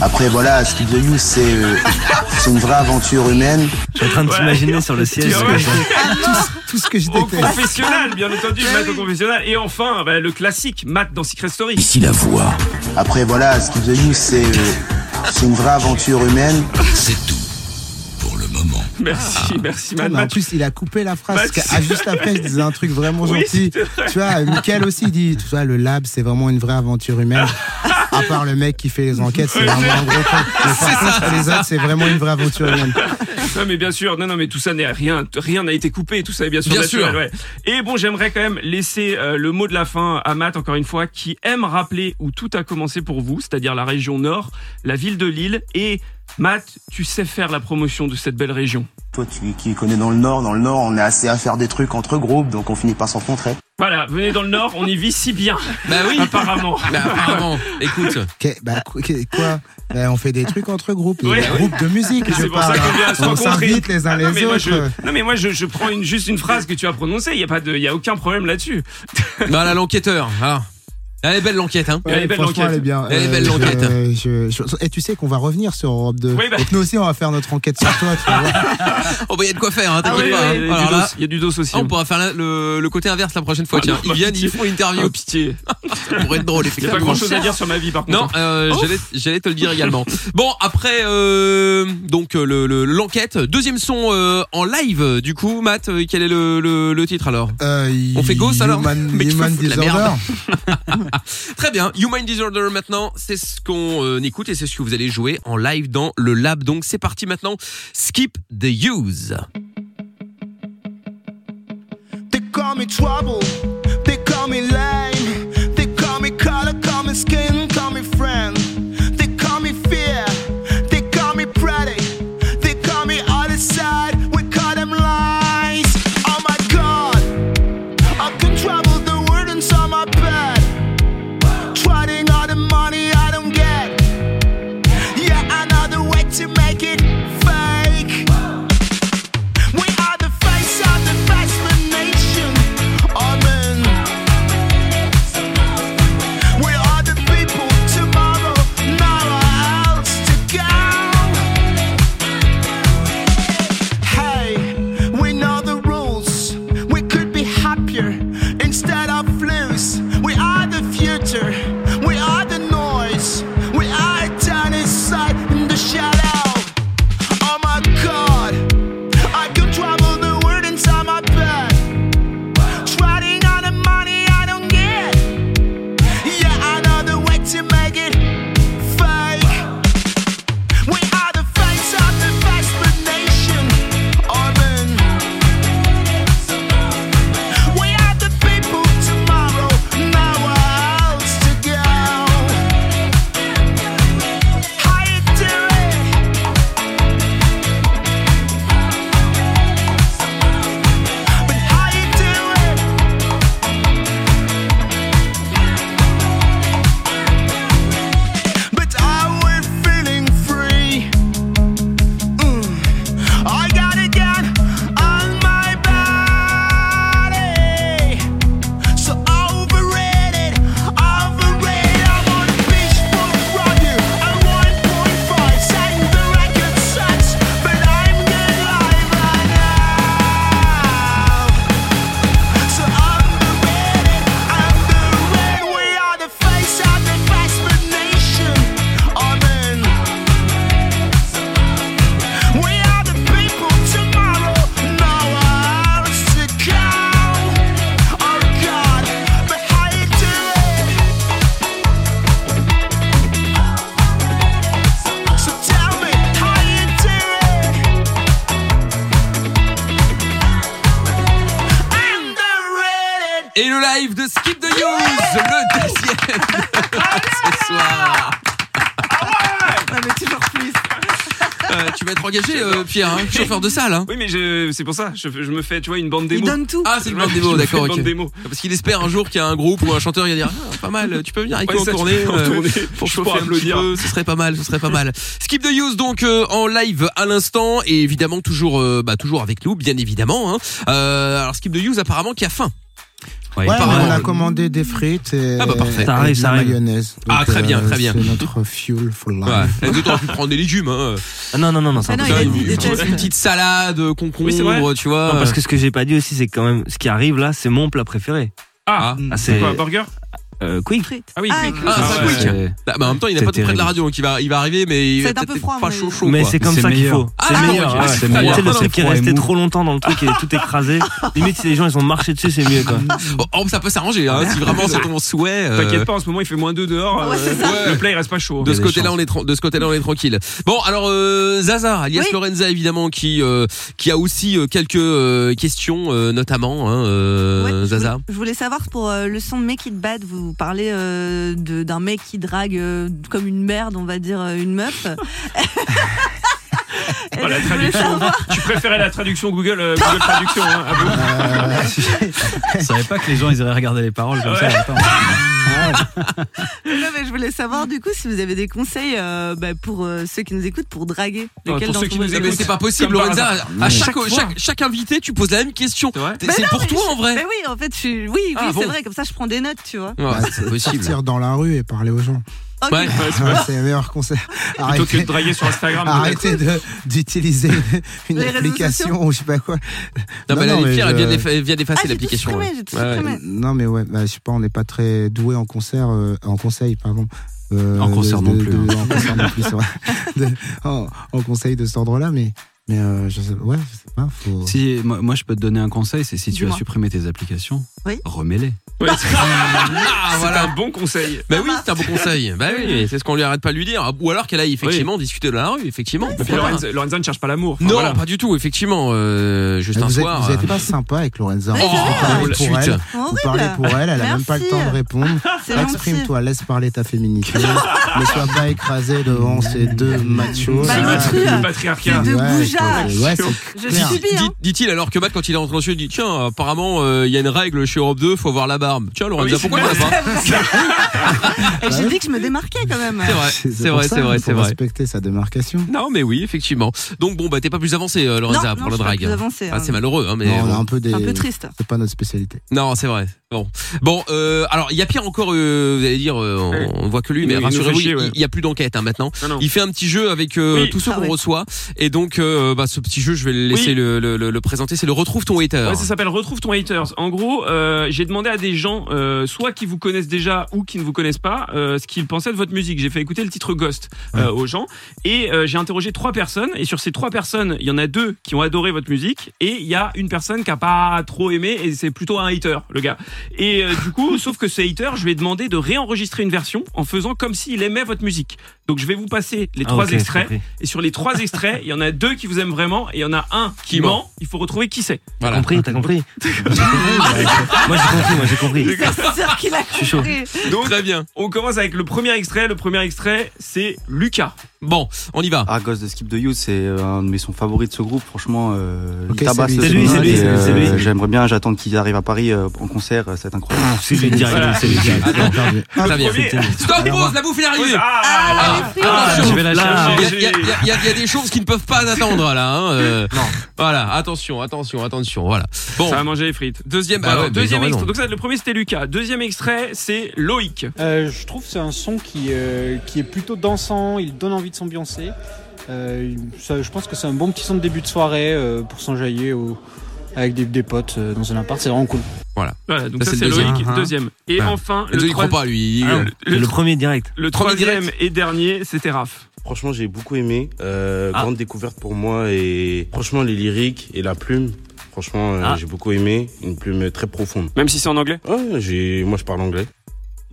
Speaker 11: Après, voilà, Skip the Youth, c'est euh, c'est une vraie aventure humaine. Je suis en train de t'imaginer sur le siège.
Speaker 3: Tout ce que je
Speaker 4: Au confessionnal, bien entendu, Matt au confessionnal. Et enfin, bah, le classique, Matt dans Secret Story.
Speaker 11: Ici la voix. Après, voilà, Skip the Youth, c'est euh, c'est une vraie aventure humaine. C'est tout.
Speaker 4: Merci, merci,
Speaker 3: Ah,
Speaker 4: Matt.
Speaker 3: mais en
Speaker 4: Matt,
Speaker 3: plus, il a coupé la phrase.
Speaker 4: Matt,
Speaker 3: parce que, ah, juste après, je disais un truc vraiment
Speaker 4: Oui,
Speaker 3: gentil. Tu vois, Mickaël aussi il dit, tu vois, le lab, c'est vraiment une vraie aventure humaine. À part le mec qui fait les enquêtes, c'est
Speaker 4: Ouais,
Speaker 3: vraiment
Speaker 4: c'est-
Speaker 3: un gros con. Mais
Speaker 4: C'est
Speaker 3: par
Speaker 4: ça,
Speaker 3: contre,
Speaker 4: c'est
Speaker 3: les
Speaker 4: ça.
Speaker 3: autres, c'est vraiment une vraie aventure humaine.
Speaker 4: non mais bien sûr, non non mais tout ça n'est rien, rien n'a été coupé, tout ça est bien sûr
Speaker 2: Bien
Speaker 4: naturel,
Speaker 2: sûr.
Speaker 4: ouais. Et bon, j'aimerais quand même laisser euh, le mot de la fin à Matt encore une fois, qui aime rappeler où tout a commencé pour vous, c'est-à-dire la région Nord, la ville de Lille. Et Matt, tu sais faire la promotion de cette belle région.
Speaker 11: Toi, tu, qui connais dans le Nord, dans le Nord, on est assez à faire des trucs entre groupes, donc on finit par s'en rencontrer.
Speaker 4: Voilà, venez dans le Nord, on y vit si bien.
Speaker 3: Ah
Speaker 2: Bah oui.
Speaker 4: apparemment.
Speaker 2: Bah, apparemment, écoute.
Speaker 3: Qu'est- bah, qu- qu'est- quoi Euh, On fait des trucs entre groupes. Il y a
Speaker 4: Oui.
Speaker 3: des groupes de musique, je
Speaker 4: C'est pour
Speaker 3: parle.
Speaker 4: ça qu'on vient à se
Speaker 3: on
Speaker 4: rencontrer.
Speaker 3: s'invite les uns
Speaker 4: Ah,
Speaker 3: les
Speaker 4: non, mais moi,
Speaker 3: autres.
Speaker 4: je- non mais moi je, je prends une, juste une phrase que tu as prononcée, il y a pas de, il y a aucun problème là-dessus.
Speaker 2: Voilà Bah, l'enquêteur. voilà. Elle est belle l'enquête, hein.
Speaker 4: Elle est belle,
Speaker 3: Franchement,
Speaker 4: l'enquête.
Speaker 3: elle est bien.
Speaker 2: Elle est
Speaker 3: Euh,
Speaker 2: belle,
Speaker 3: je-
Speaker 2: l'enquête.
Speaker 3: je- je- Et tu sais qu'on va revenir sur Europe 2.
Speaker 2: Oui, bah.
Speaker 3: Donc nous aussi, on va faire notre enquête sur toi. Tu vois.
Speaker 2: Oh bah il y a de quoi faire, hein,
Speaker 4: Ah
Speaker 2: t'inquiète
Speaker 4: oui,
Speaker 2: pas.
Speaker 4: oui,
Speaker 2: hein.
Speaker 4: il y a du
Speaker 2: Alors
Speaker 4: dos-
Speaker 2: là-
Speaker 4: il y a du dos aussi,
Speaker 2: Ah, on
Speaker 4: hein.
Speaker 2: pourra faire la- le, le côté inverse la prochaine fois.
Speaker 4: Ah
Speaker 2: Tiens,
Speaker 4: non,
Speaker 2: ils
Speaker 4: bah,
Speaker 2: viennent,
Speaker 4: pitié.
Speaker 2: ils font une interview.
Speaker 4: Ah, pitié.
Speaker 2: Ça pourrait être drôle,
Speaker 4: Il y a
Speaker 2: effectivement.
Speaker 4: pas grand-chose à dire sur ma vie par contre.
Speaker 2: Non, euh,
Speaker 4: Ouf.
Speaker 2: j'allais- j'allais te le dire également. Bon, après euh, donc euh, le- le- l'enquête, deuxième son euh, en live. euh, Du coup, Matt, euh, quel est le, le- le titre alors
Speaker 3: Euh,
Speaker 2: On fait Ghost alors
Speaker 3: Human-
Speaker 2: Mais tu
Speaker 3: Human
Speaker 2: fous de la
Speaker 3: Disorder.
Speaker 2: merde. Très bien, Human Disorder maintenant, c'est ce qu'on euh, écoute et c'est ce que vous allez jouer en live dans le lab. Donc c'est parti maintenant. Skip the use.
Speaker 9: They call me trouble, they call me lame, they call me color, call me skin, call me friend, they call me fear, they call me pretty, they call me other side, we call them lies. Oh my god, I can travel the world and on my bed, trading all the money I don't get. Yeah, another way to make it fake. We are the face of the fascination. Amen. Oh Mm.
Speaker 2: Et le live de Skip the News, le deuxième de ce soir.
Speaker 4: Ah
Speaker 5: toujours plus.
Speaker 2: Euh, tu vas être engagé, euh, Pierre, hein, chauffeur de salle. Hein.
Speaker 4: Oui, mais je- c'est pour ça, je, je me fais, tu vois, une bande
Speaker 2: Il
Speaker 4: démo.
Speaker 2: donne tout. Ah, c'est une bande
Speaker 4: Je
Speaker 2: démo,
Speaker 4: me fais
Speaker 2: d'accord,
Speaker 4: une
Speaker 2: ok.
Speaker 4: bande démo.
Speaker 2: Parce qu'il espère un jour qu'il y a un groupe ou un chanteur qui va dire Ah, pas mal, tu peux venir avec
Speaker 4: Ouais,
Speaker 2: nous en
Speaker 4: ça, tu
Speaker 2: tournée.
Speaker 4: peux en
Speaker 2: euh,
Speaker 4: tournée.
Speaker 2: pour
Speaker 4: Je
Speaker 2: chauffer
Speaker 4: pourrais
Speaker 2: un petit
Speaker 4: applaudir.
Speaker 2: peu, ce serait pas mal, ce serait pas mal. Skip the Use donc euh, en live à l'instant et évidemment toujours, euh, bah, toujours avec nous, bien évidemment. hein. Euh, alors Skip the Use apparemment qui a faim.
Speaker 3: Ouais,
Speaker 2: apparemment.
Speaker 3: on a commandé des frites et,
Speaker 2: Ah bah parfait.
Speaker 3: et
Speaker 2: Ça arrive,
Speaker 3: de
Speaker 2: ça
Speaker 3: la
Speaker 2: arrive.
Speaker 3: mayonnaise. Donc, euh,
Speaker 2: Ah, très bien, très bien.
Speaker 3: C'est notre fuel for life.
Speaker 12: Bah,
Speaker 2: Ouais. D'autant plus prendre des légumes. Hein.
Speaker 12: non, non, non, non, c'est
Speaker 2: Ah non,
Speaker 12: impossible.
Speaker 2: il a dit des Une petite- une petite salade, euh, concombre, tu vois.
Speaker 12: Non, parce que ce que j'ai pas dit aussi, c'est que quand même, ce qui arrive là, c'est mon plat préféré.
Speaker 4: Ah, c'est quoi, burger
Speaker 12: euh, Quick.
Speaker 4: Ah oui, quick.
Speaker 2: Ah,
Speaker 12: Ah,
Speaker 2: c'est
Speaker 12: ouais.
Speaker 2: quick.
Speaker 12: C'est-
Speaker 2: Bah, bah, en même temps, il n'est
Speaker 12: c'est
Speaker 2: pas tout près de
Speaker 12: terrible.
Speaker 2: la radio, donc il va, il va arriver, mais il
Speaker 12: Ça
Speaker 2: va
Speaker 12: va être un
Speaker 2: peut-être
Speaker 12: peu froid,
Speaker 2: pas
Speaker 12: mais-
Speaker 2: chaud, chaud.
Speaker 12: Mais
Speaker 2: quoi.
Speaker 12: c'est comme ça qu'il faut.
Speaker 2: Ah, d'accord, ok. Ah,
Speaker 12: C'est
Speaker 2: c'est meilleur.
Speaker 12: le
Speaker 2: Ah, non,
Speaker 12: truc qui est
Speaker 2: froid et
Speaker 12: resté
Speaker 2: mou.
Speaker 12: trop longtemps dans le truc et tout écrasé. Limite, si les gens ils ont marché dessus, c'est mieux quoi.
Speaker 2: Oh, ça peut s'arranger, hein, si vraiment c'est ton souhait. euh,
Speaker 4: T'inquiète pas, en ce moment, il fait moins 2 dehors. euh, Le play, il reste pas chaud.
Speaker 2: De ce côté-là, on est tran- de ce côté-là, on est tranquille. Bon, alors euh, Zaza, alias Lorenza, évidemment, qui euh, qui a aussi euh, quelques euh, questions, euh, notamment hein, euh, Zaza.
Speaker 5: Je voulais savoir pour euh, le son Make It Bad, vous parlez euh, de- d'un mec qui drague euh, comme une merde, on va dire, euh, une meuf.
Speaker 4: Oh, la traduction. Tu préférais la traduction Google, euh, Google Traduction, hein, à vous
Speaker 12: Ah,
Speaker 6: Je savais pas que les gens ils iraient regarder les paroles comme ça. Attends.
Speaker 5: non, mais je voulais savoir du coup si vous avez des conseils euh, bah, pour euh, ceux qui nous écoutent pour draguer.
Speaker 2: Ah,
Speaker 5: Lequel
Speaker 2: pour
Speaker 5: d'entre
Speaker 2: ceux qui
Speaker 5: vous
Speaker 2: nous
Speaker 5: avez-
Speaker 2: écoutent. Mais c'est pas possible,
Speaker 5: Comme par
Speaker 2: Lorenza.
Speaker 5: hasard.
Speaker 2: À
Speaker 5: Mais
Speaker 2: chaque,
Speaker 5: chaque fois.
Speaker 2: chaque, chaque invité, tu poses la même question. T'es-
Speaker 5: Bah
Speaker 2: Ah, C'est
Speaker 5: non,
Speaker 2: pour
Speaker 5: mais
Speaker 2: toi
Speaker 5: je-
Speaker 2: en vrai.
Speaker 5: bah oui, en fait, je suis. Oui, oui,
Speaker 2: Ah,
Speaker 5: c'est
Speaker 2: bon.
Speaker 5: vrai, comme ça je prends des notes, tu vois.
Speaker 2: Ouais,
Speaker 3: Bah,
Speaker 2: c'est possible.
Speaker 3: Sortir dans la rue et parler aux gens.
Speaker 5: Ok. Ouais, ouais, c'est
Speaker 3: Ouais,
Speaker 5: vrai.
Speaker 3: c'est le meilleur conseil.
Speaker 4: Plutôt que de draguer sur Instagram. de-
Speaker 3: Arrêtez de- d'utiliser une, une
Speaker 5: Les réseaux
Speaker 3: application
Speaker 5: sociaux.
Speaker 3: ou je sais pas quoi.
Speaker 2: Non, mais là, les pires,
Speaker 3: je-
Speaker 2: elle vient d'effa- elle vient d'effacer l'application.
Speaker 5: supprimé,
Speaker 2: ouais.
Speaker 5: Ah, j'ai tout
Speaker 2: Ouais, ouais.
Speaker 3: Non, mais ouais, bah, je sais pas, on n'est pas très doué en concert, euh, en conseil, pardon. Euh,
Speaker 6: En concert
Speaker 3: de-
Speaker 6: non
Speaker 3: de-
Speaker 6: plus,
Speaker 3: de-
Speaker 6: hein.
Speaker 3: en concert non plus, c'est vrai. De- en, en conseil de cet ordre-là, mais, mais euh, je sais, ouais, je sais pas. Faut...
Speaker 6: Si, moi, moi, je peux te donner un conseil, c'est si tu as
Speaker 3: Dis-moi.
Speaker 6: supprimé tes applications,
Speaker 5: Oui.
Speaker 6: remets-les.
Speaker 4: Ouais, c'est-
Speaker 2: Ah,
Speaker 4: C'est
Speaker 2: voilà.
Speaker 4: un bon conseil.
Speaker 2: Bah oui, c'est un bon conseil. Bah oui, mais c'est ce qu'on lui arrête pas de lui dire. Ou alors qu'elle aille effectivement discuter dans la rue, effectivement.
Speaker 4: Et puis
Speaker 2: Pourquoi
Speaker 4: Lorenza, Lorenza ne cherche pas l'amour. Enfin,
Speaker 2: Non, Bah,
Speaker 4: voilà.
Speaker 2: pas du tout, effectivement. euh, juste
Speaker 3: Ah, Vous
Speaker 2: un
Speaker 3: êtes-
Speaker 2: soir.
Speaker 3: vous êtes pas sympa avec Lorenza.
Speaker 2: Mais
Speaker 3: Vous
Speaker 2: c'est vrai.
Speaker 3: parlez
Speaker 2: Oh, la
Speaker 3: pour
Speaker 2: suite.
Speaker 3: elle,
Speaker 2: Horrible.
Speaker 3: vous parlez pour elle, elle a même pas le
Speaker 2: Merci.
Speaker 3: temps de répondre.
Speaker 5: Ah,
Speaker 2: C'est gentil.
Speaker 3: Exprime-toi, laisse parler ta féminité. ne sois pas écrasé devant ces deux machos.
Speaker 4: Bah,
Speaker 3: là.
Speaker 4: le patri- le patriarcat.
Speaker 3: Ouais,
Speaker 4: De
Speaker 3: ouais, c'est- ouais, c'est
Speaker 5: Je
Speaker 3: clair.
Speaker 5: subis, hein.
Speaker 2: Dit- Dit-il alors que Matt, quand il est rentré dans le studio, il dit Tiens, apparemment, euh, il y a une règle chez Europe 2, faut avoir la barbe. Tiens, Lorenza,
Speaker 5: Oui,
Speaker 2: pourquoi il y en a
Speaker 5: c'est
Speaker 2: pas hein.
Speaker 5: Et j'ai dit que je me démarquais quand même.
Speaker 2: C'est vrai,
Speaker 3: C'est
Speaker 2: c'est
Speaker 3: pour
Speaker 2: vrai,
Speaker 3: ça,
Speaker 2: c'est vrai,
Speaker 3: faut
Speaker 2: c'est vrai.
Speaker 3: respecter sa démarcation.
Speaker 2: Non, mais oui, effectivement. Donc, bon, bah, t'es pas plus avancé, euh, Lorenza,
Speaker 5: Non,
Speaker 2: pour
Speaker 5: non,
Speaker 2: la
Speaker 5: je suis pas
Speaker 2: drague.
Speaker 5: plus avancée,
Speaker 2: Ah,
Speaker 5: hein.
Speaker 2: c'est malheureux, hein, mais.
Speaker 3: Non, on
Speaker 2: bon.
Speaker 3: a un peu des.
Speaker 5: Un peu triste.
Speaker 3: C'est pas notre spécialité.
Speaker 2: Non, c'est vrai. Bon, bon. euh, alors, il y a pire encore. euh, vous allez dire, euh, on, on voit que lui, mais
Speaker 4: Il nous
Speaker 2: rassurez-vous,
Speaker 4: fait chier,
Speaker 2: il
Speaker 4: ouais.
Speaker 2: il y a plus d'enquête hein, maintenant.
Speaker 4: Non, non.
Speaker 2: Il fait un petit jeu avec euh,
Speaker 4: Oui.
Speaker 2: tous ceux
Speaker 4: Ah
Speaker 2: qu'on
Speaker 4: ouais.
Speaker 2: reçoit, et donc, euh, bah, ce petit jeu, je vais le laisser
Speaker 4: Oui.
Speaker 2: le, le- le- le présenter. C'est le retrouve ton hater.
Speaker 4: Ouais, ça s'appelle Retrouve ton haters. En gros, euh, j'ai demandé à des gens, euh, soit qui vous connaissent déjà ou qui ne vous connaissent pas, euh, ce qu'ils pensaient de votre musique. J'ai fait écouter le titre Ghost euh, aux gens et euh, j'ai interrogé trois personnes. Et sur ces trois personnes, il y en a deux qui ont adoré votre musique et il y a une personne qui a pas trop aimé et c'est plutôt un hater, le gars. Et euh, du coup, sauf que ce hater, je lui ai demandé de réenregistrer une version en faisant comme s'il aimait votre musique. Donc je vais vous passer les
Speaker 12: Ah,
Speaker 4: trois
Speaker 12: ok,
Speaker 4: extraits.
Speaker 12: compris.
Speaker 4: Et sur les trois extraits, il y en a deux qui vous aiment vraiment et il y en a un qui
Speaker 12: Bon.
Speaker 4: ment. Il faut retrouver qui c'est.
Speaker 12: T'as compris, t'as compris. moi j'ai compris, moi j'ai compris.
Speaker 5: sûr qu'il a
Speaker 12: suis chaud.
Speaker 5: compris.
Speaker 2: Donc, Très bien.
Speaker 4: On commence avec le premier extrait. Le premier extrait, c'est Lucas.
Speaker 2: Bon, on y va.
Speaker 13: Ah, Ghost de Skip the You, c'est euh, un de mes sons favoris de ce groupe. Franchement, euh,
Speaker 3: Ok,
Speaker 13: il tabasse
Speaker 3: c'est lui,
Speaker 13: le
Speaker 3: c'est lui,
Speaker 13: son.
Speaker 3: c'est lui,
Speaker 13: Et,
Speaker 3: c'est lui, c'est lui.
Speaker 13: euh, J'aimerais bien, j'attends qu'il arrive à Paris euh, en concert, euh, ça va être incroyable.
Speaker 12: C'est lui direct, c'est lui direct.
Speaker 2: Très bien. Stop, pause, la bouffe est arrivée.
Speaker 6: ah,
Speaker 2: Attention.
Speaker 5: Ah,
Speaker 12: je vais la chercher.
Speaker 2: Il y a- il y a- il y a- il y, a- il y a des choses qui ne peuvent pas attendre là. Hein. non. Voilà, attention, attention, attention. Voilà. Bon.
Speaker 4: Ça va manger les frites.
Speaker 2: Deuxième.
Speaker 4: Alors,
Speaker 2: bah ouais, mais ils
Speaker 4: deuxième
Speaker 2: ont raison.
Speaker 4: extrait. Donc ça, le premier c'était Lucas. Deuxième extrait, c'est Loïc.
Speaker 14: Euh, je trouve que c'est un son qui, euh, qui est plutôt dansant, il donne envie de s'ambiancer. Euh, ça- je pense que c'est un bon petit son de début de soirée euh, pour s'enjailler au- avec des, des potes euh, dans un appart, c'est vraiment cool.
Speaker 2: Voilà.
Speaker 4: Voilà. Donc
Speaker 2: Ça,
Speaker 4: ça,
Speaker 2: c'est
Speaker 4: c'est
Speaker 2: le deuxième.
Speaker 4: Loïc.
Speaker 2: Ah, ah.
Speaker 4: Deuxième. Et
Speaker 2: Ouais.
Speaker 4: enfin,
Speaker 2: Les
Speaker 4: le
Speaker 2: deux, ils croient pas
Speaker 4: troisième-
Speaker 2: lui. il- euh,
Speaker 4: Ah,
Speaker 12: Le premier direct.
Speaker 4: Le
Speaker 2: Premier
Speaker 4: troisième et dernier, c'était Raph.
Speaker 15: Franchement, j'ai beaucoup aimé. Euh,
Speaker 4: Ah.
Speaker 15: Grande découverte pour moi et franchement, les lyriques et la plume. Franchement, euh,
Speaker 4: Ah.
Speaker 15: j'ai beaucoup aimé. Une plume très profonde.
Speaker 4: Même si c'est en anglais
Speaker 15: Ouais, j'ai- moi, je parle anglais.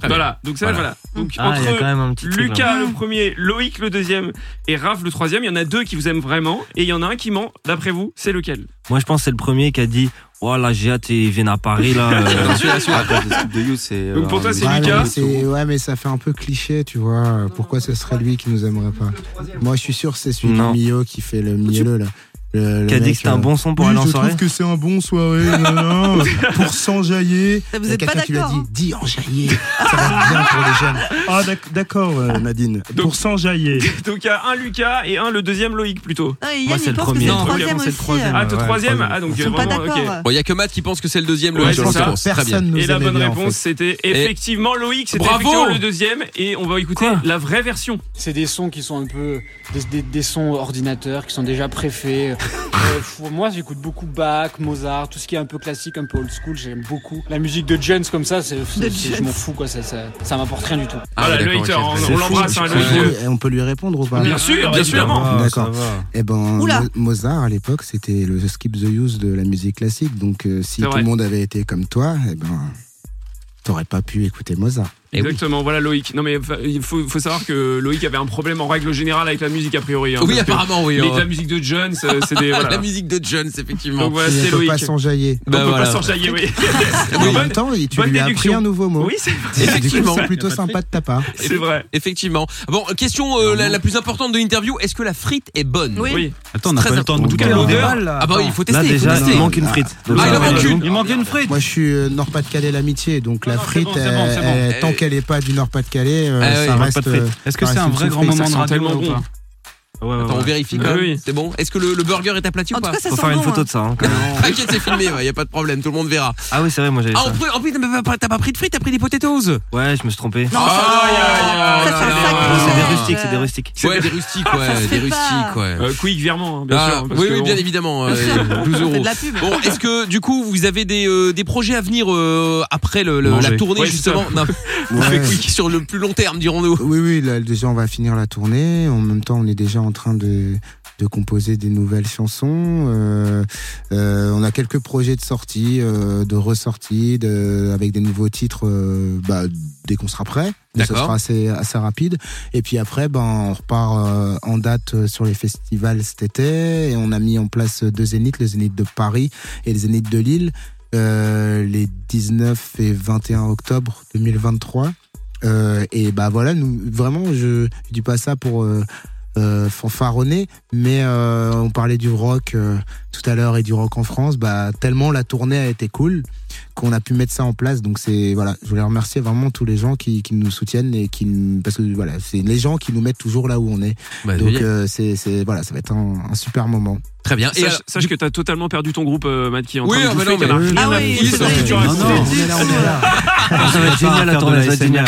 Speaker 4: Voilà. Donc ça, voilà.
Speaker 15: Voilà.
Speaker 4: Donc
Speaker 12: Ah, il y a
Speaker 4: entre
Speaker 12: quand même un petit truc,
Speaker 4: Lucas
Speaker 12: là.
Speaker 4: le premier, Loïc le deuxième et Raph le troisième, il y en a deux qui vous aiment vraiment et il y en a un qui ment. D'après vous, c'est lequel
Speaker 12: Moi je pense que c'est le premier qui a dit oh, Voilà, j'ai hâte qu'ils viennent à Paris là. euh,
Speaker 13: Ah, le scoop de You, c'est.
Speaker 4: Donc pour
Speaker 13: euh,
Speaker 4: toi, c'est
Speaker 13: mais-
Speaker 3: Ouais,
Speaker 4: Lucas
Speaker 3: Bah mais c'est- Ouais, mais ça fait un peu cliché, tu vois. Pourquoi ce serait lui qui nous aimerait pas Moi, je suis sûr que c'est celui
Speaker 12: Non.
Speaker 3: du Mio qui fait le mielleux, là. Le- le
Speaker 12: Qui a dit
Speaker 3: mec,
Speaker 12: que c'était un
Speaker 3: euh,
Speaker 12: bon son pour
Speaker 3: oui,
Speaker 12: aller en
Speaker 3: je
Speaker 12: soirée
Speaker 3: trouve que c'est un bon soirée, nanana, pour s'enjailler.
Speaker 5: Ça, vous
Speaker 3: Il y a
Speaker 5: êtes pas
Speaker 3: quelqu'un qui lui a
Speaker 5: d'accord,
Speaker 3: dit, dis enjailler, ça va bien pour les jeunes. Ah, d'ac- d'accord, euh, Nadine, pour s'enjailler.
Speaker 4: Donc il y a un Lucas et un le deuxième Loïc plutôt.
Speaker 5: Ah, et Yann, Moi, c'est il le pense que premier. c'est le troisième aussi.
Speaker 4: Ah, t'es troisième
Speaker 5: Ouais, troisième.
Speaker 4: Ah, donc
Speaker 5: Ils sont
Speaker 4: vraiment,
Speaker 5: pas d'accord,
Speaker 4: ok.
Speaker 5: ouais.
Speaker 2: Bon, il y a que Matt qui pense que c'est le deuxième, Loïc,
Speaker 4: Ouais,
Speaker 2: je
Speaker 4: c'est
Speaker 2: le
Speaker 4: ça.
Speaker 2: pense. Très bien.
Speaker 4: Et la bonne réponse, c'était effectivement Loïc, c'était
Speaker 2: Bravo
Speaker 4: effectivement le deuxième. Et on va écouter la vraie version.
Speaker 14: C'est des sons qui sont un peu des, des- des sons ordinateurs qui sont déjà préfaits. Euh, pour moi, j'écoute beaucoup Bach, Mozart, tout ce qui est un peu classique, un peu old school. J'aime beaucoup la musique de Jones comme ça. c'est- c'est- c'est- je m'en fous quoi. Ça, ça, ça m'apporte rien du tout.
Speaker 2: Ah,
Speaker 4: Voilà, Ah, le hater, on- on l'embrasse, hein,
Speaker 3: On
Speaker 4: Loïc.
Speaker 3: peut- On peut lui répondre ou pas
Speaker 4: Bien sûr, bien sûr.
Speaker 6: Ah,
Speaker 3: D'accord. Eh ben,
Speaker 4: Oula.
Speaker 3: Mo- Mozart, à l'époque, c'était le skip the use de la musique classique. Donc, euh,
Speaker 4: C'est
Speaker 3: si tout
Speaker 4: vrai.
Speaker 3: le monde avait été comme toi, eh ben, t'aurais pas pu écouter Mozart.
Speaker 5: Eh
Speaker 4: Exactement, voilà Loïc. Non mais fa- il faut, faut savoir que Loïc avait un problème en règle générale avec la musique a priori. hein,
Speaker 2: Oui,
Speaker 4: parce que
Speaker 2: apparemment, oui,
Speaker 4: les-
Speaker 2: hein.
Speaker 4: La musique de Jones, euh, c'est des. voilà.
Speaker 2: La musique de Jones, effectivement. Bah,
Speaker 4: Donc voilà,
Speaker 3: Il
Speaker 4: Ah, c'est
Speaker 3: ne peut
Speaker 4: Loïc.
Speaker 3: pas s'enjailler.
Speaker 4: On peut pas s'enjailler, oui.
Speaker 3: Et en même temps, tu
Speaker 4: bonne
Speaker 3: lui as appris
Speaker 4: déduction.
Speaker 3: un nouveau mot.
Speaker 4: Oui, c'est
Speaker 2: Effectivement.
Speaker 3: C'est plutôt
Speaker 2: Y a pas de
Speaker 3: sympa de ta part.
Speaker 4: C'est vrai.
Speaker 2: Effectivement. Bon, question euh, la, la plus importante de l'interview est-ce que la frite est bonne
Speaker 4: Oui. Oui.
Speaker 6: Attends, on n'a
Speaker 2: Très
Speaker 6: pas le temps de
Speaker 2: important.
Speaker 6: goûter
Speaker 2: Quelle
Speaker 6: la
Speaker 2: odeur
Speaker 6: balle, là.
Speaker 2: Ah bah oui, il faut
Speaker 6: Là,
Speaker 2: tester.
Speaker 6: déjà,
Speaker 2: faut tester.
Speaker 6: il manque une frite.
Speaker 2: Ah, il en
Speaker 4: bah,
Speaker 2: manque une.
Speaker 6: Il manque une frite.
Speaker 3: Moi, je suis euh, Nord-Pas-de-Calais l'amitié, donc la frite,
Speaker 6: Ah c'est bon, c'est
Speaker 3: euh,
Speaker 6: bon.
Speaker 3: euh,
Speaker 6: Eh
Speaker 3: tant
Speaker 6: oui.
Speaker 3: qu'elle n'est pas du Nord-Pas-de-calais, euh,
Speaker 6: Eh oui,
Speaker 3: ça
Speaker 6: Nord-Pas-de
Speaker 3: reste.
Speaker 6: frite.
Speaker 3: euh,
Speaker 6: Est-ce que
Speaker 3: ça
Speaker 6: c'est
Speaker 3: reste
Speaker 6: un vrai
Speaker 3: une
Speaker 6: grand
Speaker 3: frite,
Speaker 6: moment
Speaker 3: ça
Speaker 6: de
Speaker 3: sent
Speaker 6: radio
Speaker 3: tellement
Speaker 6: ou
Speaker 3: bon.
Speaker 4: hein.
Speaker 6: pas
Speaker 2: Attends, on vérifie quand
Speaker 4: Bah
Speaker 6: Ah
Speaker 2: même.
Speaker 6: oui.
Speaker 2: C'est bon Est-ce que le, le burger est aplati ou pas
Speaker 12: Faut faire une photo de ça. hein, quand même.
Speaker 2: T'inquiète, c'est filmé, il n'y a pas de problème, tout le monde verra.
Speaker 12: Ah oui, c'est vrai, moi j'avais
Speaker 2: Ah,
Speaker 12: ça.
Speaker 2: en plus, en plus, t'as pas- t'as pas pris de frites, t'as pris des potatoes
Speaker 12: Ouais, je me suis trompé.
Speaker 2: Non, ça- Ah, aïe, aïe, aïe,
Speaker 12: Non,
Speaker 2: aïe,
Speaker 12: non,
Speaker 2: aïe,
Speaker 5: Ah,
Speaker 12: non,
Speaker 2: aïe,
Speaker 12: C'est des
Speaker 2: aïe.
Speaker 12: rustiques, c'est des rustiques.
Speaker 2: Ouais, des rustiques, ouais, des rustiques, ouais.
Speaker 4: Euh, quick virement, hein, bien
Speaker 2: Ah,
Speaker 4: sûr. hein, parce
Speaker 2: oui,
Speaker 4: que
Speaker 2: oui, bien
Speaker 4: on-
Speaker 2: évidemment. euh, 12 euros. Bon, est-ce que du coup vous avez des, euh, des projets à venir euh, après le, le- la
Speaker 4: Manger.
Speaker 2: tournée
Speaker 4: Ouais, c'est
Speaker 2: justement
Speaker 4: ça.
Speaker 2: Non. On fait quick sur le plus long terme, dirons-nous.
Speaker 3: Oui, oui, là, déjà on va finir la tournée. En même temps, on est déjà en train de, de composer des nouvelles chansons. Euh, euh, on a quelques projets de sortie, euh, de ressortie, de, avec des nouveaux titres euh, bah, dès qu'on sera prêt. Donc, Ça
Speaker 2: D'accord.
Speaker 3: sera assez, assez rapide. Et puis après, ben, on repart euh, en date euh, sur les festivals cet été. Et on a mis en place euh, deux zéniths, le zénith de Paris et le zénith de Lille, euh, les 19 et 21 octobre 2023. Euh, et bah voilà, nous, vraiment, je, je dis pas ça pour euh, euh, fanfaronner, mais euh, on parlait du rock euh, tout à l'heure et du rock en France. Bah, tellement la tournée a été cool qu'on a pu mettre ça en place. Donc c'est voilà, je voulais remercier vraiment tous les gens qui, qui nous soutiennent et qui nous- parce que voilà, c'est les gens qui nous mettent toujours là où on est.
Speaker 2: Bah,
Speaker 3: Donc
Speaker 2: génial.
Speaker 3: euh, c'est c'est- voilà, ça va être un, un super moment.
Speaker 2: Très bien. Et
Speaker 4: Sache,
Speaker 2: alors-
Speaker 4: sache que t'as totalement perdu ton groupe, euh, Matt, qui est en
Speaker 2: Oui,
Speaker 4: train
Speaker 2: ah,
Speaker 4: de
Speaker 2: bah
Speaker 4: bouffer,
Speaker 2: non,
Speaker 4: qui en a
Speaker 2: mais-
Speaker 4: rien
Speaker 2: Ah
Speaker 4: à
Speaker 2: oui,
Speaker 4: foutre de
Speaker 2: c'est
Speaker 4: ce que
Speaker 2: vrai.
Speaker 4: tu
Speaker 2: Non,
Speaker 4: racontes.
Speaker 2: non, on est là, on est là.
Speaker 12: Ah, Ça va être génial, attends, ça va être génial.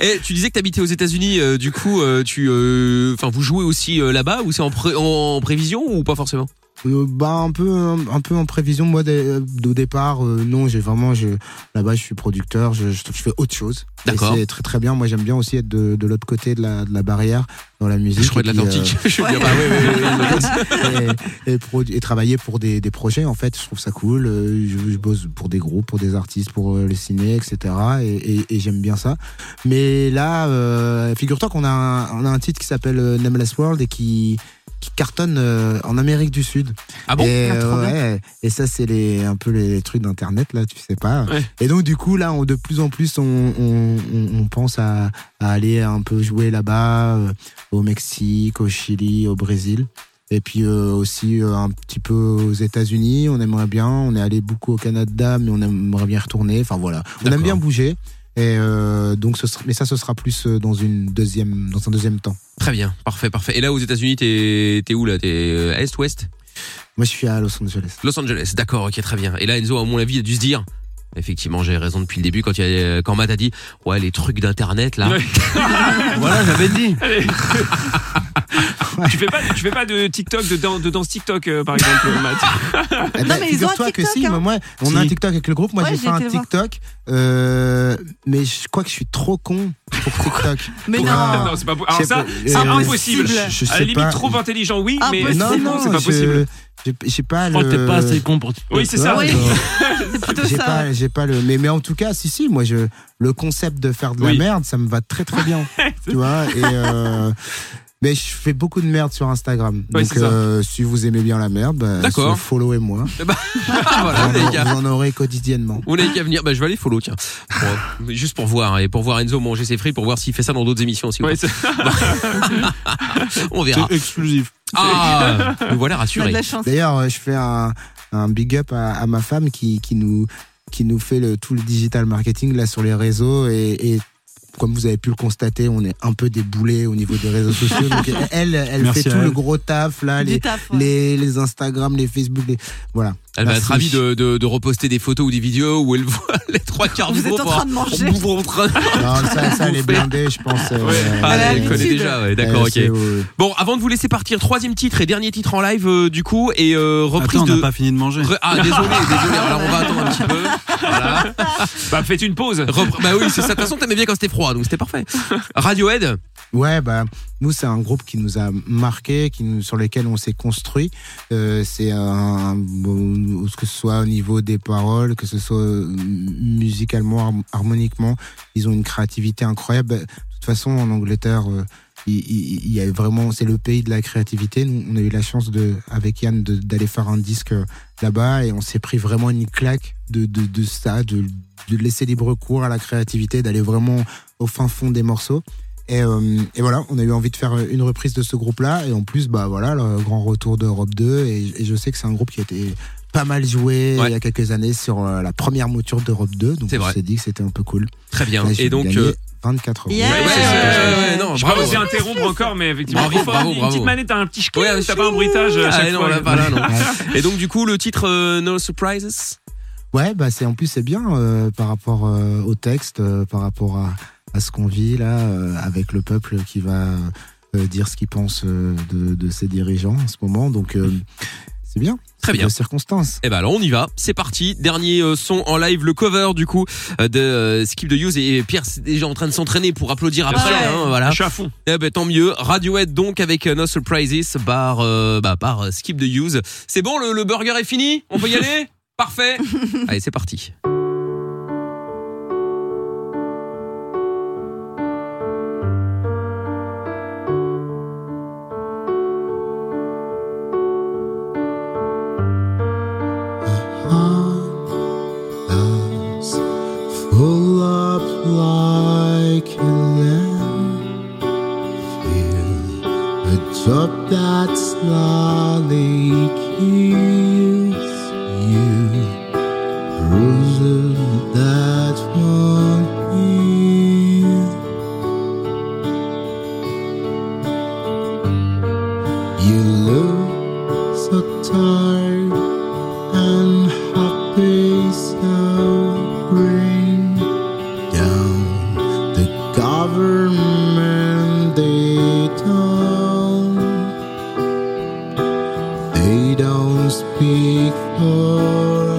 Speaker 2: Et eh, tu disais que t'habitais aux États-Unis, euh, du coup, euh, tu, euh, enfin, vous jouez aussi euh, là-bas ou c'est en, pré- en prévision ou pas forcément
Speaker 3: Euh, bah un peu un, un peu en prévision moi dès- d'au départ euh, non j'ai vraiment je là-bas je suis producteur je, je, je fais autre chose Et
Speaker 2: D'accord.
Speaker 3: c'est très très bien moi j'aime bien aussi être de, de l'autre côté de la, de la barrière dans la musique
Speaker 2: Je crois de
Speaker 3: Et puis,
Speaker 2: l'Atlantique. Ah Je
Speaker 3: euh,
Speaker 2: suis bien.
Speaker 3: bah oui, oui, oui, oui, oui. et, et produ- et travailler pour des, des projets en fait je trouve ça cool Euh, je, je bosse pour des groupes pour des artistes pour euh, le ciné etc et, et- et j'aime bien ça mais là euh, figure-toi qu'on a un, on a un titre qui s'appelle euh, Nameless World et qui qui cartonne euh, en Amérique du Sud
Speaker 2: ah bon
Speaker 3: et,
Speaker 2: Ah, trop
Speaker 3: euh,
Speaker 2: bien.
Speaker 3: ouais, et ça c'est les un peu les, les trucs d'internet là tu sais pas
Speaker 2: Ouais.
Speaker 3: et donc du coup là on, de plus en plus on, on, on- on pense à, à aller un peu jouer là-bas euh, au Mexique au Chili au Brésil et puis euh, aussi euh, un petit peu aux États-Unis on aimerait bien on est allé beaucoup au Canada mais on aimerait bien retourner enfin voilà on aime
Speaker 2: D'accord.
Speaker 3: bien bouger et euh, donc ce sera- mais ça ce sera plus euh, dans une deuxième dans un deuxième temps
Speaker 2: Très bien, parfait, parfait. Et là, aux États-Unis, t'es t'es où là T'es euh, est, ouest
Speaker 3: moi je suis à Los Angeles
Speaker 2: Los Angeles, d'accord, ok, très bien. Et là, Enzo, à mon avis, a dû se dire. Effectivement, j'avais raison depuis le début quand, il y a- euh, quand Matt a dit Ouais, les trucs d'internet là.
Speaker 12: voilà, j'avais dit.
Speaker 4: Tu fais pas, tu fais pas de TikTok, de, dan- de danse TikTok, euh, par exemple, Matt.
Speaker 3: Eh ben,
Speaker 5: Non, mais ils ont un
Speaker 3: figure-toi que
Speaker 5: TikTok,
Speaker 3: si,
Speaker 5: hein.
Speaker 3: mais moi, on
Speaker 5: Si.
Speaker 3: a un TikTok avec le groupe. Moi,
Speaker 5: Ouais,
Speaker 3: j'ai
Speaker 5: j'ai
Speaker 3: fait un
Speaker 5: été le voir.
Speaker 3: TikTok, euh, mais je crois que je suis trop con pour TikTok.
Speaker 5: Mais
Speaker 3: Pour
Speaker 5: non.
Speaker 3: un-
Speaker 4: Non, c'est pas, po-
Speaker 3: je
Speaker 4: alors
Speaker 3: sais
Speaker 4: ça,
Speaker 3: pas,
Speaker 4: c'est
Speaker 3: euh,
Speaker 4: impossible.
Speaker 3: Je, je sais
Speaker 4: à la limite,
Speaker 3: pas.
Speaker 4: trop intelligent, oui, mais
Speaker 5: Impossible.
Speaker 4: trop
Speaker 3: Non,
Speaker 4: con,
Speaker 3: non,
Speaker 4: c'est pas
Speaker 3: je-
Speaker 4: possible.
Speaker 3: j'ai- J'ai pas
Speaker 7: Je
Speaker 3: le.
Speaker 7: crois que t'es pas assez con pour
Speaker 4: Oui, c'est ça.
Speaker 3: Ouais,
Speaker 4: Oui.
Speaker 3: genre,
Speaker 5: C'est plutôt
Speaker 3: J'ai
Speaker 5: ça.
Speaker 3: pas, j'ai pas le. Mais, mais en tout cas, si, si, moi, je, le concept de faire de la
Speaker 4: Oui.
Speaker 3: merde, ça me va très, très bien. tu vois, et. euh, Mais je fais beaucoup de merde sur Instagram.
Speaker 2: Ouais,
Speaker 3: Donc,
Speaker 2: c'est ça.
Speaker 3: euh, si vous aimez bien la merde, bah,
Speaker 2: D'accord.
Speaker 3: so- followez-moi.
Speaker 2: Ah, voilà,
Speaker 3: vous,
Speaker 2: les
Speaker 3: en-
Speaker 2: gars.
Speaker 3: vous en aurez quotidiennement.
Speaker 2: On a qu'à venir. Bah, je vais aller follow, tiens. Bon, juste pour voir, hein, et pour voir Enzo manger ses frites, pour voir s'il fait ça dans d'autres émissions aussi. ou pas. on verra.
Speaker 3: C'est
Speaker 2: exclusif. Ah, nous voilà
Speaker 5: Bah,
Speaker 2: rassurés.
Speaker 3: D'ailleurs, euh, je fais un, un big up à, à ma femme qui, qui nous, qui nous fait le, tout le digital marketing là sur les réseaux et. et comme vous avez pu le constater, on est un peu déboulé au niveau des réseaux sociaux. Donc elle, elle
Speaker 2: Merci
Speaker 3: fait
Speaker 2: à
Speaker 3: tout
Speaker 2: elle.
Speaker 3: le gros taf là,
Speaker 5: Du
Speaker 3: les,
Speaker 5: taf,
Speaker 3: les, les Instagram, les Facebook, les... voilà.
Speaker 2: Elle va
Speaker 3: Merci.
Speaker 2: être ravie de, de, de reposter des photos ou des vidéos où elle voit les trois quarts du
Speaker 5: Vous
Speaker 2: groupe.
Speaker 5: êtes en train de manger.
Speaker 2: On bouffe en train de-
Speaker 3: Non, ça, ça, elle
Speaker 2: bouffer.
Speaker 3: est blindée, je pense. euh,
Speaker 2: Ouais. Ah,
Speaker 3: euh,
Speaker 2: elle connaît déjà, ouais, d'accord,
Speaker 3: Elle
Speaker 2: ok.
Speaker 3: sait où-
Speaker 2: Bon, avant de vous laisser partir, troisième titre et dernier titre en live euh, du coup et euh, reprise
Speaker 6: Attends, on n'a
Speaker 2: de.
Speaker 6: pas fini de manger.
Speaker 2: Re- Ah désolé, désolé. Alors on va attendre un petit peu. Voilà.
Speaker 4: Bah faites une pause.
Speaker 2: Repre- Bah oui, c'est ça. De toute façon, t'aimais bien quand c'était froid, donc c'était parfait. Radiohead.
Speaker 3: Ouais, bah, nous, c'est un groupe qui nous a marqué, qui nous, sur lequel on s'est construit. Euh, c'est un, bon, que ce soit au niveau des paroles, que ce soit euh, musicalement, harm- harmoniquement, ils ont une créativité incroyable. De toute façon, en Angleterre, euh, il, il- il y a vraiment, c'est le pays de la créativité. Nous, on a eu la chance de, avec Yann, de- d'aller faire un disque euh, là-bas et on s'est pris vraiment une claque de, de, de ça, de, de laisser libre cours à la créativité, d'aller vraiment au fin fond des morceaux. Et, euh, et voilà, on a eu envie de faire une reprise de ce groupe-là. Et en plus, bah voilà, le grand retour d'Europe 2. Et, et je sais que c'est un groupe qui a été pas mal joué il y a quelques années sur euh, la première mouture d'Europe 2. Donc
Speaker 2: C'est
Speaker 3: on
Speaker 2: vrai.
Speaker 3: s'est dit que c'était un peu cool.
Speaker 2: Très bien.
Speaker 3: Là, Bah, j'ai
Speaker 2: Et donc,
Speaker 3: gagné
Speaker 2: euh,
Speaker 3: 24 euros.
Speaker 2: Ouais, ouais, ouais, ouais, non,
Speaker 4: je
Speaker 2: bravo.
Speaker 4: vais interrompre encore, mais effectivement,
Speaker 2: Bravo,
Speaker 4: il faut
Speaker 2: bravo,
Speaker 4: une
Speaker 2: bravo.
Speaker 4: petite manette, un petit
Speaker 2: Ouais,
Speaker 4: ouais, t'as pas un bruitage à
Speaker 2: Ah
Speaker 4: chaque
Speaker 2: non,
Speaker 4: fois.
Speaker 2: là, pas là, non. Et donc du coup, le titre euh, No Surprises.
Speaker 3: Ouais, bah c'est en plus c'est bien euh, par rapport euh, au texte, euh, par rapport à, à ce qu'on vit là euh, avec le peuple qui va euh, dire ce qu'il pense euh, de, de ses dirigeants en ce moment. Donc euh, c'est bien.
Speaker 2: Très
Speaker 3: C'est
Speaker 2: bien.
Speaker 3: De circonstances.
Speaker 2: Eh ben alors on y va, c'est parti. Dernier euh, son en live, le cover du coup euh, de euh, Skip the Use et Pierre c'est déjà en train de s'entraîner pour applaudir après.
Speaker 4: sûr.
Speaker 2: hein, voilà.
Speaker 4: Je suis à fond.
Speaker 2: Eh ben tant mieux. Radiohead donc avec euh, No Surprises par euh, bah, par euh, Skip the Use. C'est bon, le, le burger est fini, on peut y aller. Parfait. Allez, c'est parti.
Speaker 16: us full up like an amphitheater. A drop that slowly kills you. Bruises that won't heal. You look so tired and happy so bring down the government they don't they don't speak for us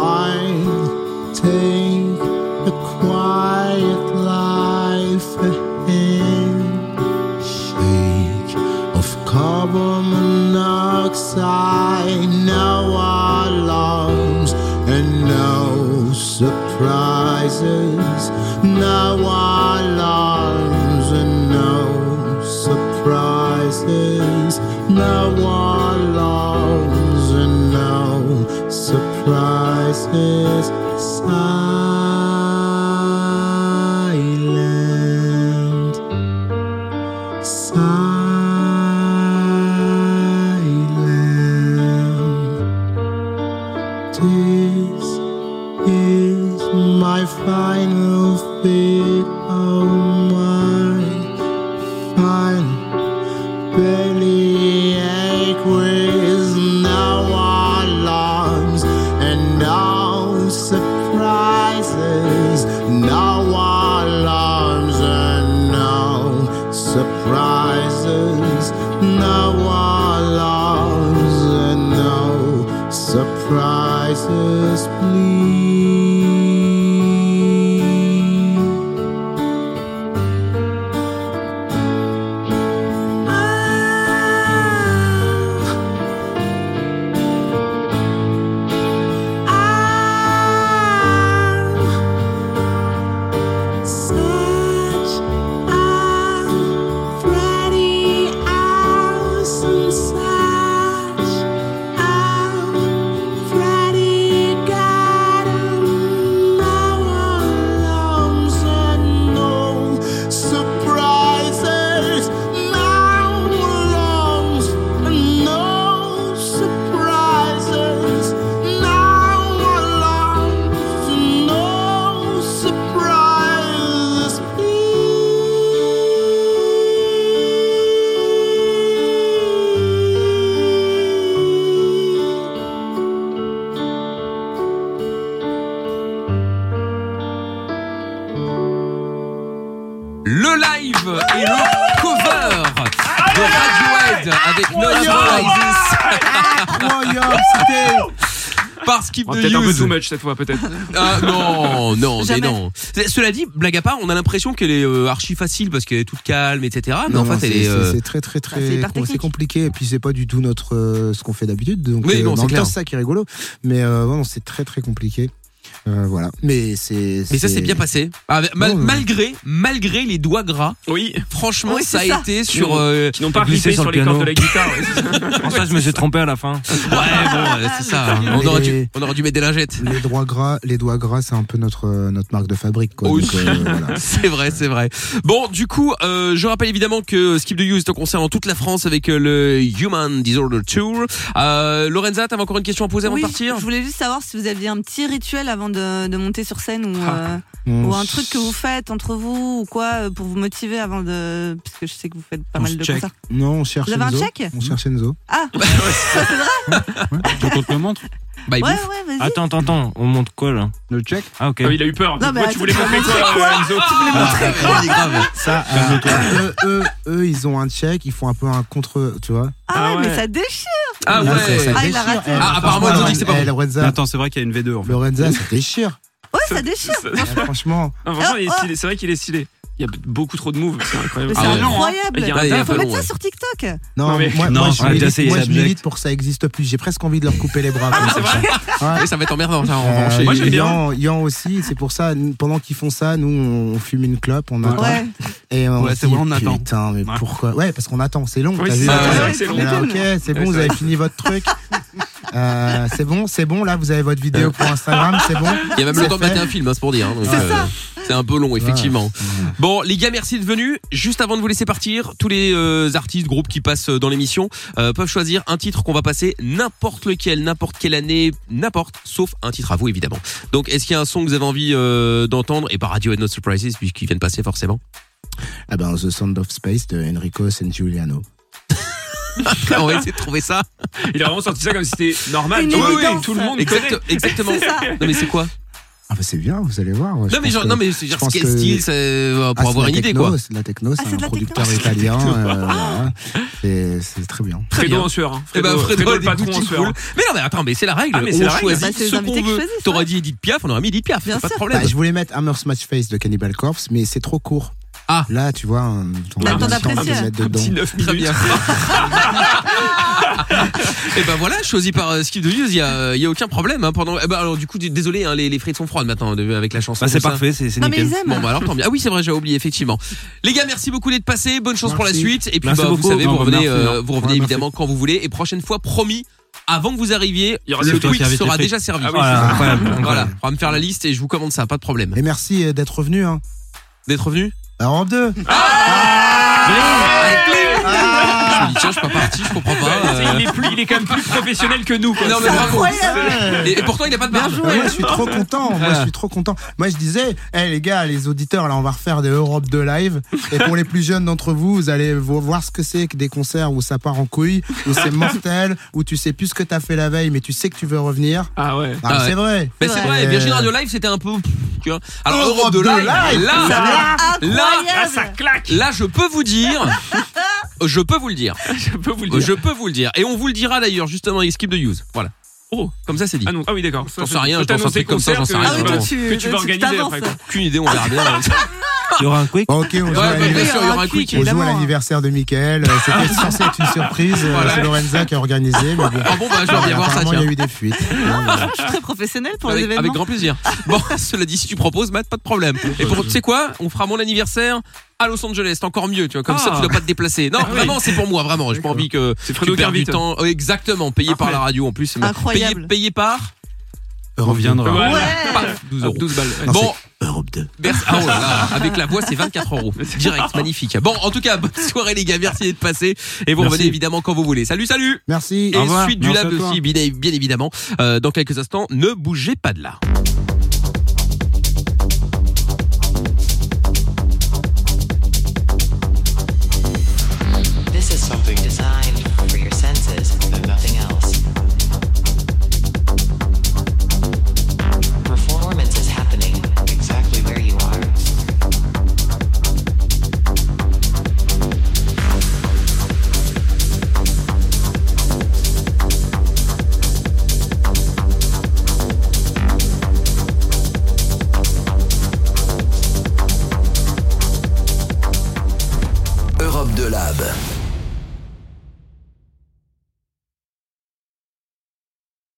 Speaker 16: I take a quiet life ahead shake of carbon monoxide. Now our lungs and no surprises. Now our lungs and no surprises. Now our lungs and no surprises. Silent silent. This is my final fit. Oh my final belly ache with now our lungs and now surprises. Now our lungs and now surprises. Now our lungs and now surprises. Please. Ah.
Speaker 2: Parce qu'il
Speaker 4: Oh,
Speaker 2: te
Speaker 4: peut-être un peu
Speaker 2: use.
Speaker 4: too much cette fois, peut-être.
Speaker 2: Ah non, non, mais
Speaker 4: Jamais.
Speaker 2: non. C'est- Cela dit, blague à part, on a l'impression qu'elle est euh, archi facile parce qu'elle est toute calme, etc. Mais
Speaker 3: Non,
Speaker 2: en fait,
Speaker 3: c'est-
Speaker 2: elle est.
Speaker 3: c'est
Speaker 2: euh,
Speaker 3: c'est très très
Speaker 2: c'est
Speaker 3: très
Speaker 2: hyper
Speaker 3: com- c'est
Speaker 2: technique.
Speaker 3: compliqué et puis c'est pas du tout notre euh, ce qu'on fait d'habitude donc
Speaker 2: Oui, non,
Speaker 3: dans
Speaker 2: c'est
Speaker 3: le
Speaker 2: clair.
Speaker 3: temps, c'est ça qui est rigolo mais euh, non, c'est très très compliqué Euh, voilà mais c'est
Speaker 2: Mais ça s'est bien passé. Avec- mal-
Speaker 3: Non, mais-
Speaker 2: malgré, malgré les doigts gras.
Speaker 4: Oui.
Speaker 2: Franchement,
Speaker 4: Oui, c'est
Speaker 2: ça a
Speaker 4: ça.
Speaker 2: été
Speaker 4: Qui
Speaker 2: sur.
Speaker 4: n'ont-
Speaker 2: euh,
Speaker 4: qui n'ont pas
Speaker 2: glissé
Speaker 4: rippé sur les
Speaker 2: le
Speaker 4: cordes de
Speaker 2: piano.
Speaker 4: la guitare. ouais, c'est ça.
Speaker 12: En fait, je me suis trompé à la fin.
Speaker 2: Ouais, bon, euh, c'est ça. hein. On aurait, dû,
Speaker 3: Les-
Speaker 2: on aurait dû mettre des lingettes.
Speaker 3: les droits gras les doigts gras c'est un peu notre euh, notre marque de fabrique quoi.
Speaker 2: Oui.
Speaker 3: Donc, euh, voilà.
Speaker 2: c'est vrai, c'est vrai. Bon, du coup, euh, je rappelle évidemment que Skip the Use est en concert en toute la France avec euh, le Human Disorder Tour. Euh, Lorenza, t'avais encore une question à poser avant
Speaker 5: Oui,
Speaker 2: de partir
Speaker 5: Je voulais juste savoir si vous aviez un petit rituel avant de, de monter sur scène ou, euh,
Speaker 2: On
Speaker 5: ou un truc que vous faites entre vous ou quoi euh, pour vous motiver avant de. Parce que je sais que vous faites pas
Speaker 3: On
Speaker 5: mal
Speaker 3: se
Speaker 5: de
Speaker 3: check.
Speaker 5: concerts.
Speaker 3: non on cherche
Speaker 5: Vous avez un
Speaker 3: Enzo.
Speaker 5: check
Speaker 3: on cherche Enzo
Speaker 5: Ah
Speaker 12: Tu veux qu'on te le montre
Speaker 2: Bah,
Speaker 5: Ouais, bouffe. Ah, ouais, vas-y.
Speaker 12: Attends, attends, attends, on monte quoi là Le check Ah, ok.
Speaker 4: Ah oui, il a eu peur.
Speaker 5: Non, mais
Speaker 4: Moi, tu
Speaker 5: attends,
Speaker 4: voulais
Speaker 5: tu
Speaker 4: montrer
Speaker 5: vas
Speaker 4: quoi,
Speaker 5: montrer quoi
Speaker 4: Enzo
Speaker 5: Tu voulais montrer quoi
Speaker 2: Ah, grave.
Speaker 3: ça euh, eux, eux, eux, ils ont un check ils font un peu un contre tu vois
Speaker 5: Ah ouais, mais ça déchire
Speaker 2: Ah ouais.
Speaker 3: ça, ça
Speaker 5: Ah, il a
Speaker 3: déchire.
Speaker 5: raté.
Speaker 3: Eh,
Speaker 2: Ah, apparemment,
Speaker 3: franchement,
Speaker 2: ils ont dit que c'est pas
Speaker 3: eh,
Speaker 2: bon.
Speaker 3: Lorenza
Speaker 6: Attends, c'est vrai qu'il y a une V2 en fait.
Speaker 3: Lorenza ça déchire
Speaker 5: Ouais, ça déchire
Speaker 3: Eh, franchement
Speaker 4: Non, Ah, franchement,
Speaker 5: Oh,
Speaker 4: il est stylé. C'est vrai qu'il est stylé. Il y a beaucoup trop de moves. C'est incroyable.
Speaker 5: Mais c'est
Speaker 4: Ah, non, hein.
Speaker 5: incroyable
Speaker 4: Il y a
Speaker 2: Ouais,
Speaker 4: un
Speaker 2: il y a
Speaker 4: taf.
Speaker 5: Faut
Speaker 2: pas
Speaker 5: mettre
Speaker 2: long,
Speaker 5: ça
Speaker 2: ouais.
Speaker 5: sur TikTok
Speaker 3: Non,
Speaker 4: Non, mais-
Speaker 3: moi,
Speaker 12: Non,
Speaker 3: moi, je,
Speaker 12: arrête
Speaker 3: milite,
Speaker 12: d'essayer
Speaker 3: moi, je
Speaker 12: Subject.
Speaker 3: milite pour que ça existe plus. J'ai presque envie de leur couper les bras. après. Ouais.
Speaker 2: Et ça va être emmerdant, ça, en revanche.
Speaker 3: Euh,
Speaker 4: Moi, j'aime bien.
Speaker 3: Yan, Yan aussi, c'est pour ça, nous, pendant qu'ils font ça, nous on, on fume une clope, on attend.
Speaker 5: Ouais.
Speaker 3: Et on
Speaker 6: Ouais,
Speaker 3: se
Speaker 6: c'est
Speaker 3: dit,
Speaker 6: vrai, on attend.
Speaker 3: Putain, mais
Speaker 6: Ouais.
Speaker 3: pourquoi Ouais, parce qu'on attend, c'est long.
Speaker 4: Oui,
Speaker 3: t'as
Speaker 4: c'est
Speaker 3: vu
Speaker 4: ça,
Speaker 3: Ouais.
Speaker 4: c'est vrai que c'est long.
Speaker 3: On est là, ok, c'est
Speaker 4: Ouais,
Speaker 3: bon, vous
Speaker 4: c'est
Speaker 3: avez
Speaker 4: vrai.
Speaker 3: fini votre truc. Euh, c'est bon, c'est bon, là vous avez votre vidéo pour Instagram, c'est bon.
Speaker 2: Il y a même le
Speaker 3: c'est
Speaker 2: temps de
Speaker 3: fait.
Speaker 2: mater un film, hein, c'est pour dire. hein. Donc,
Speaker 5: C'est
Speaker 2: euh,
Speaker 5: ça.
Speaker 2: C'est un peu long, effectivement.
Speaker 3: Ouais.
Speaker 2: Bon, les gars, merci de venir. Juste avant de vous laisser partir, tous les euh, artistes, groupes qui passent euh, dans l'émission euh, peuvent choisir un titre qu'on va passer, n'importe lequel, n'importe quelle année, n'importe, sauf un titre à vous, évidemment. Donc, est-ce qu'il y a un son que vous avez envie euh, d'entendre Et pas Radio and No Surprises, puisqu'ils viennent passer forcément.
Speaker 3: Ah ben, The Sound of Space de Enrico San Giuliano.
Speaker 2: On va essayer de trouver ça.
Speaker 4: Il a vraiment sorti ça comme si c'était normal.
Speaker 5: Une
Speaker 4: tu vois.
Speaker 5: évidence.
Speaker 4: Tout le monde
Speaker 2: Exact-
Speaker 4: connaît.
Speaker 2: exactement.
Speaker 5: C'est ça.
Speaker 2: Non, mais c'est quoi
Speaker 3: Ah ben, c'est bien, vous allez voir.
Speaker 2: Non, mais genre, non, mais c'est
Speaker 3: je
Speaker 2: genre,
Speaker 3: pense
Speaker 2: quel
Speaker 3: que-
Speaker 2: style ça- euh,
Speaker 3: Ah,
Speaker 2: Pour
Speaker 3: c'est
Speaker 2: avoir
Speaker 3: la
Speaker 2: une idée,
Speaker 3: techno,
Speaker 2: quoi.
Speaker 3: c'est de La techno,
Speaker 5: Ah,
Speaker 3: c'est
Speaker 5: c'est
Speaker 3: un
Speaker 5: de la
Speaker 3: producteur
Speaker 5: techno. Ah.
Speaker 3: italien. euh, voilà. C'est- C'est très bien.
Speaker 2: Très
Speaker 4: Fredo
Speaker 2: bien.
Speaker 4: en sueur. hein.
Speaker 2: Eh ben,
Speaker 4: Fredo, Fredo,
Speaker 2: Fredo a
Speaker 4: le
Speaker 2: des
Speaker 4: patron
Speaker 2: goûts
Speaker 4: en
Speaker 2: qui
Speaker 4: sueur. hein.
Speaker 2: coulent. Mais non, mais attends, mais c'est la règle.
Speaker 4: Ah, mais c'est
Speaker 2: on
Speaker 4: la règle.
Speaker 2: choisit
Speaker 5: Bah, c'est les
Speaker 2: ce
Speaker 5: invités
Speaker 2: qu'on
Speaker 5: qui
Speaker 2: veut.
Speaker 5: choisissent,
Speaker 2: T'aurais
Speaker 5: ouais.
Speaker 2: dit Edith Piaf, on aurait mis Edith Piaf.
Speaker 5: Bien
Speaker 2: Pas de
Speaker 5: sûr.
Speaker 2: problème.
Speaker 3: Bah, je voulais mettre Hammer Smash Face de Cannibal Corpse, mais c'est trop court.
Speaker 2: Ah.
Speaker 3: Là, tu vois, on on
Speaker 5: Bah,
Speaker 3: a pas
Speaker 5: t'en
Speaker 3: le temps de
Speaker 5: apprécies,
Speaker 3: le
Speaker 5: hein.
Speaker 3: mettre
Speaker 4: Un
Speaker 3: dedans.
Speaker 4: petit 9
Speaker 2: Très
Speaker 4: minutes.
Speaker 2: bien. et ben voilà, choisi par euh, Skip de Use, il y a, euh, il y a aucun problème. hein, pendant, eh ben alors du coup, d- désolé, hein, les, les frites sont froides maintenant de- avec la chanson.
Speaker 12: Bah, c'est
Speaker 2: tout ça.
Speaker 12: parfait, c'est c'est
Speaker 5: Non, mais
Speaker 12: nickel.
Speaker 5: ils aiment.
Speaker 2: Bon bah alors tant mieux. Ah oui c'est vrai j'ai oublié effectivement. Les gars merci beaucoup d'être passés. Bonne chance pour la
Speaker 3: Merci.
Speaker 2: suite et puis
Speaker 12: Merci
Speaker 2: bah, vous
Speaker 12: beaucoup.
Speaker 2: savez
Speaker 12: Non,
Speaker 2: vous
Speaker 12: bah,
Speaker 2: revenez
Speaker 12: merci,
Speaker 2: euh,
Speaker 12: hein.
Speaker 2: vous revenez
Speaker 12: Ouais, merci.
Speaker 2: évidemment quand vous voulez et prochaine fois promis avant que vous arriviez
Speaker 4: Il y aura
Speaker 2: le
Speaker 4: celui
Speaker 12: toi
Speaker 2: quiz
Speaker 12: qui invites
Speaker 2: sera
Speaker 12: les frites.
Speaker 2: déjà servi.
Speaker 4: Ah oui,
Speaker 12: Voilà, incroyable,
Speaker 2: Voilà,
Speaker 12: incroyable.
Speaker 2: on va me faire la liste et je vous commande ça, pas de problème.
Speaker 3: Et merci euh, d'être venu. Hein.
Speaker 2: D'être revenu
Speaker 3: Alors, en deux.
Speaker 15: Ah.
Speaker 2: Je me dis, tiens, je suis pas parti, je comprends
Speaker 4: Ouais,
Speaker 2: pas.
Speaker 4: tu sais,
Speaker 2: euh.
Speaker 4: il, est plus, il est quand même plus professionnel que nous. Quoi.
Speaker 2: Non, mais
Speaker 5: bah.
Speaker 4: C'est-
Speaker 2: bravo.
Speaker 3: incroyable.
Speaker 2: Et, et pourtant, il a pas de marge.
Speaker 3: Ah, moi, je suis trop content. Moi,
Speaker 2: Ah.
Speaker 3: je suis trop content. Moi, je disais, eh les gars, les auditeurs, là, on va refaire des Europe de live. Et pour les plus jeunes d'entre vous, vous allez vo- voir ce que c'est que des concerts où ça part en couille, où c'est mortel, où tu sais plus ce que t'as fait la veille, mais tu sais que tu veux revenir.
Speaker 4: Ah ouais.
Speaker 3: Ah,
Speaker 2: Ah ouais.
Speaker 3: C'est vrai.
Speaker 2: Mais c'est vrai,
Speaker 3: Euh,
Speaker 2: Virgin Radio Live, c'était un peu. Tu vois. Alors,
Speaker 3: Europe
Speaker 2: Europe de
Speaker 3: de
Speaker 2: Live,
Speaker 3: Live,
Speaker 2: là,
Speaker 3: ça
Speaker 2: là, là,
Speaker 4: Ah, ça claque.
Speaker 2: là, je peux vous dire. Je peux vous le dire.
Speaker 4: Je peux vous le dire.
Speaker 2: Euh, Je peux vous le dire. Et on vous le dira d'ailleurs, justement, avec Skip de Use. Voilà. Oh, comme ça, c'est dit.
Speaker 4: Ah, non. ah oui, d'accord.
Speaker 2: J'en sais rien, je pense un truc comme ça, j'en sais
Speaker 5: Ah
Speaker 2: rien.
Speaker 5: oui,
Speaker 2: Vraiment.
Speaker 5: toi,
Speaker 4: Que
Speaker 5: tu
Speaker 4: tu,
Speaker 5: tu
Speaker 4: vas organiser
Speaker 5: t'avances.
Speaker 4: après. quoi.
Speaker 2: Ah, Aucune idée, on verra bien.
Speaker 12: Il y aura un quick
Speaker 3: Bon, ok, on joue à
Speaker 2: Ouais, bah, bien sûr, il y aura un
Speaker 5: quick,
Speaker 2: quick.
Speaker 3: On joue
Speaker 5: Évidemment,
Speaker 3: à
Speaker 5: hein.
Speaker 3: l'anniversaire de Michael. euh, C'était censé être une surprise. euh,
Speaker 2: Voilà.
Speaker 3: C'est Lorenza qui a organisé. Mais bon,
Speaker 2: Ah bon, bah, je vais bien voir ça,
Speaker 3: apparemment,
Speaker 2: tiens.
Speaker 3: il y a eu des fuites.
Speaker 5: Je suis très professionnelle pour les
Speaker 2: Avec, avec
Speaker 5: événements.
Speaker 2: grand plaisir. Bon, cela dit, si tu proposes, Matt, pas de problème. Et pour, tu sais quoi, on fera mon anniversaire à Los Angeles, c'est encore mieux, tu vois, comme ça
Speaker 4: Ah.
Speaker 2: tu dois pas te déplacer. Non,
Speaker 4: oui.
Speaker 2: vraiment, c'est pour moi, vraiment, j'ai pas envie que
Speaker 4: C'est
Speaker 2: tu
Speaker 4: Fredo qui
Speaker 2: perdes du
Speaker 4: invite.
Speaker 2: temps. Ouais, Exactement, payé par la radio en plus. c'est ma-
Speaker 5: Incroyable.
Speaker 2: Payé, payé par
Speaker 6: On reviendra.
Speaker 4: Ouais.
Speaker 2: paf, 12 euros.
Speaker 4: 12 balles.
Speaker 3: Non,
Speaker 2: Bon, Merci- ah, oh là là, avec la voix, c'est 24 euros. Direct, magnifique. Bon, en tout cas, bonne soirée les gars, merci d'être passés. Et vous
Speaker 12: Merci.
Speaker 2: revenez évidemment quand vous voulez. Salut, salut
Speaker 3: Merci.
Speaker 2: Et
Speaker 12: revoir.
Speaker 2: suite du
Speaker 12: Merci
Speaker 2: lab
Speaker 12: à toi.
Speaker 2: aussi, bien bien évidemment. Euh, dans quelques instants, ne bougez pas de là.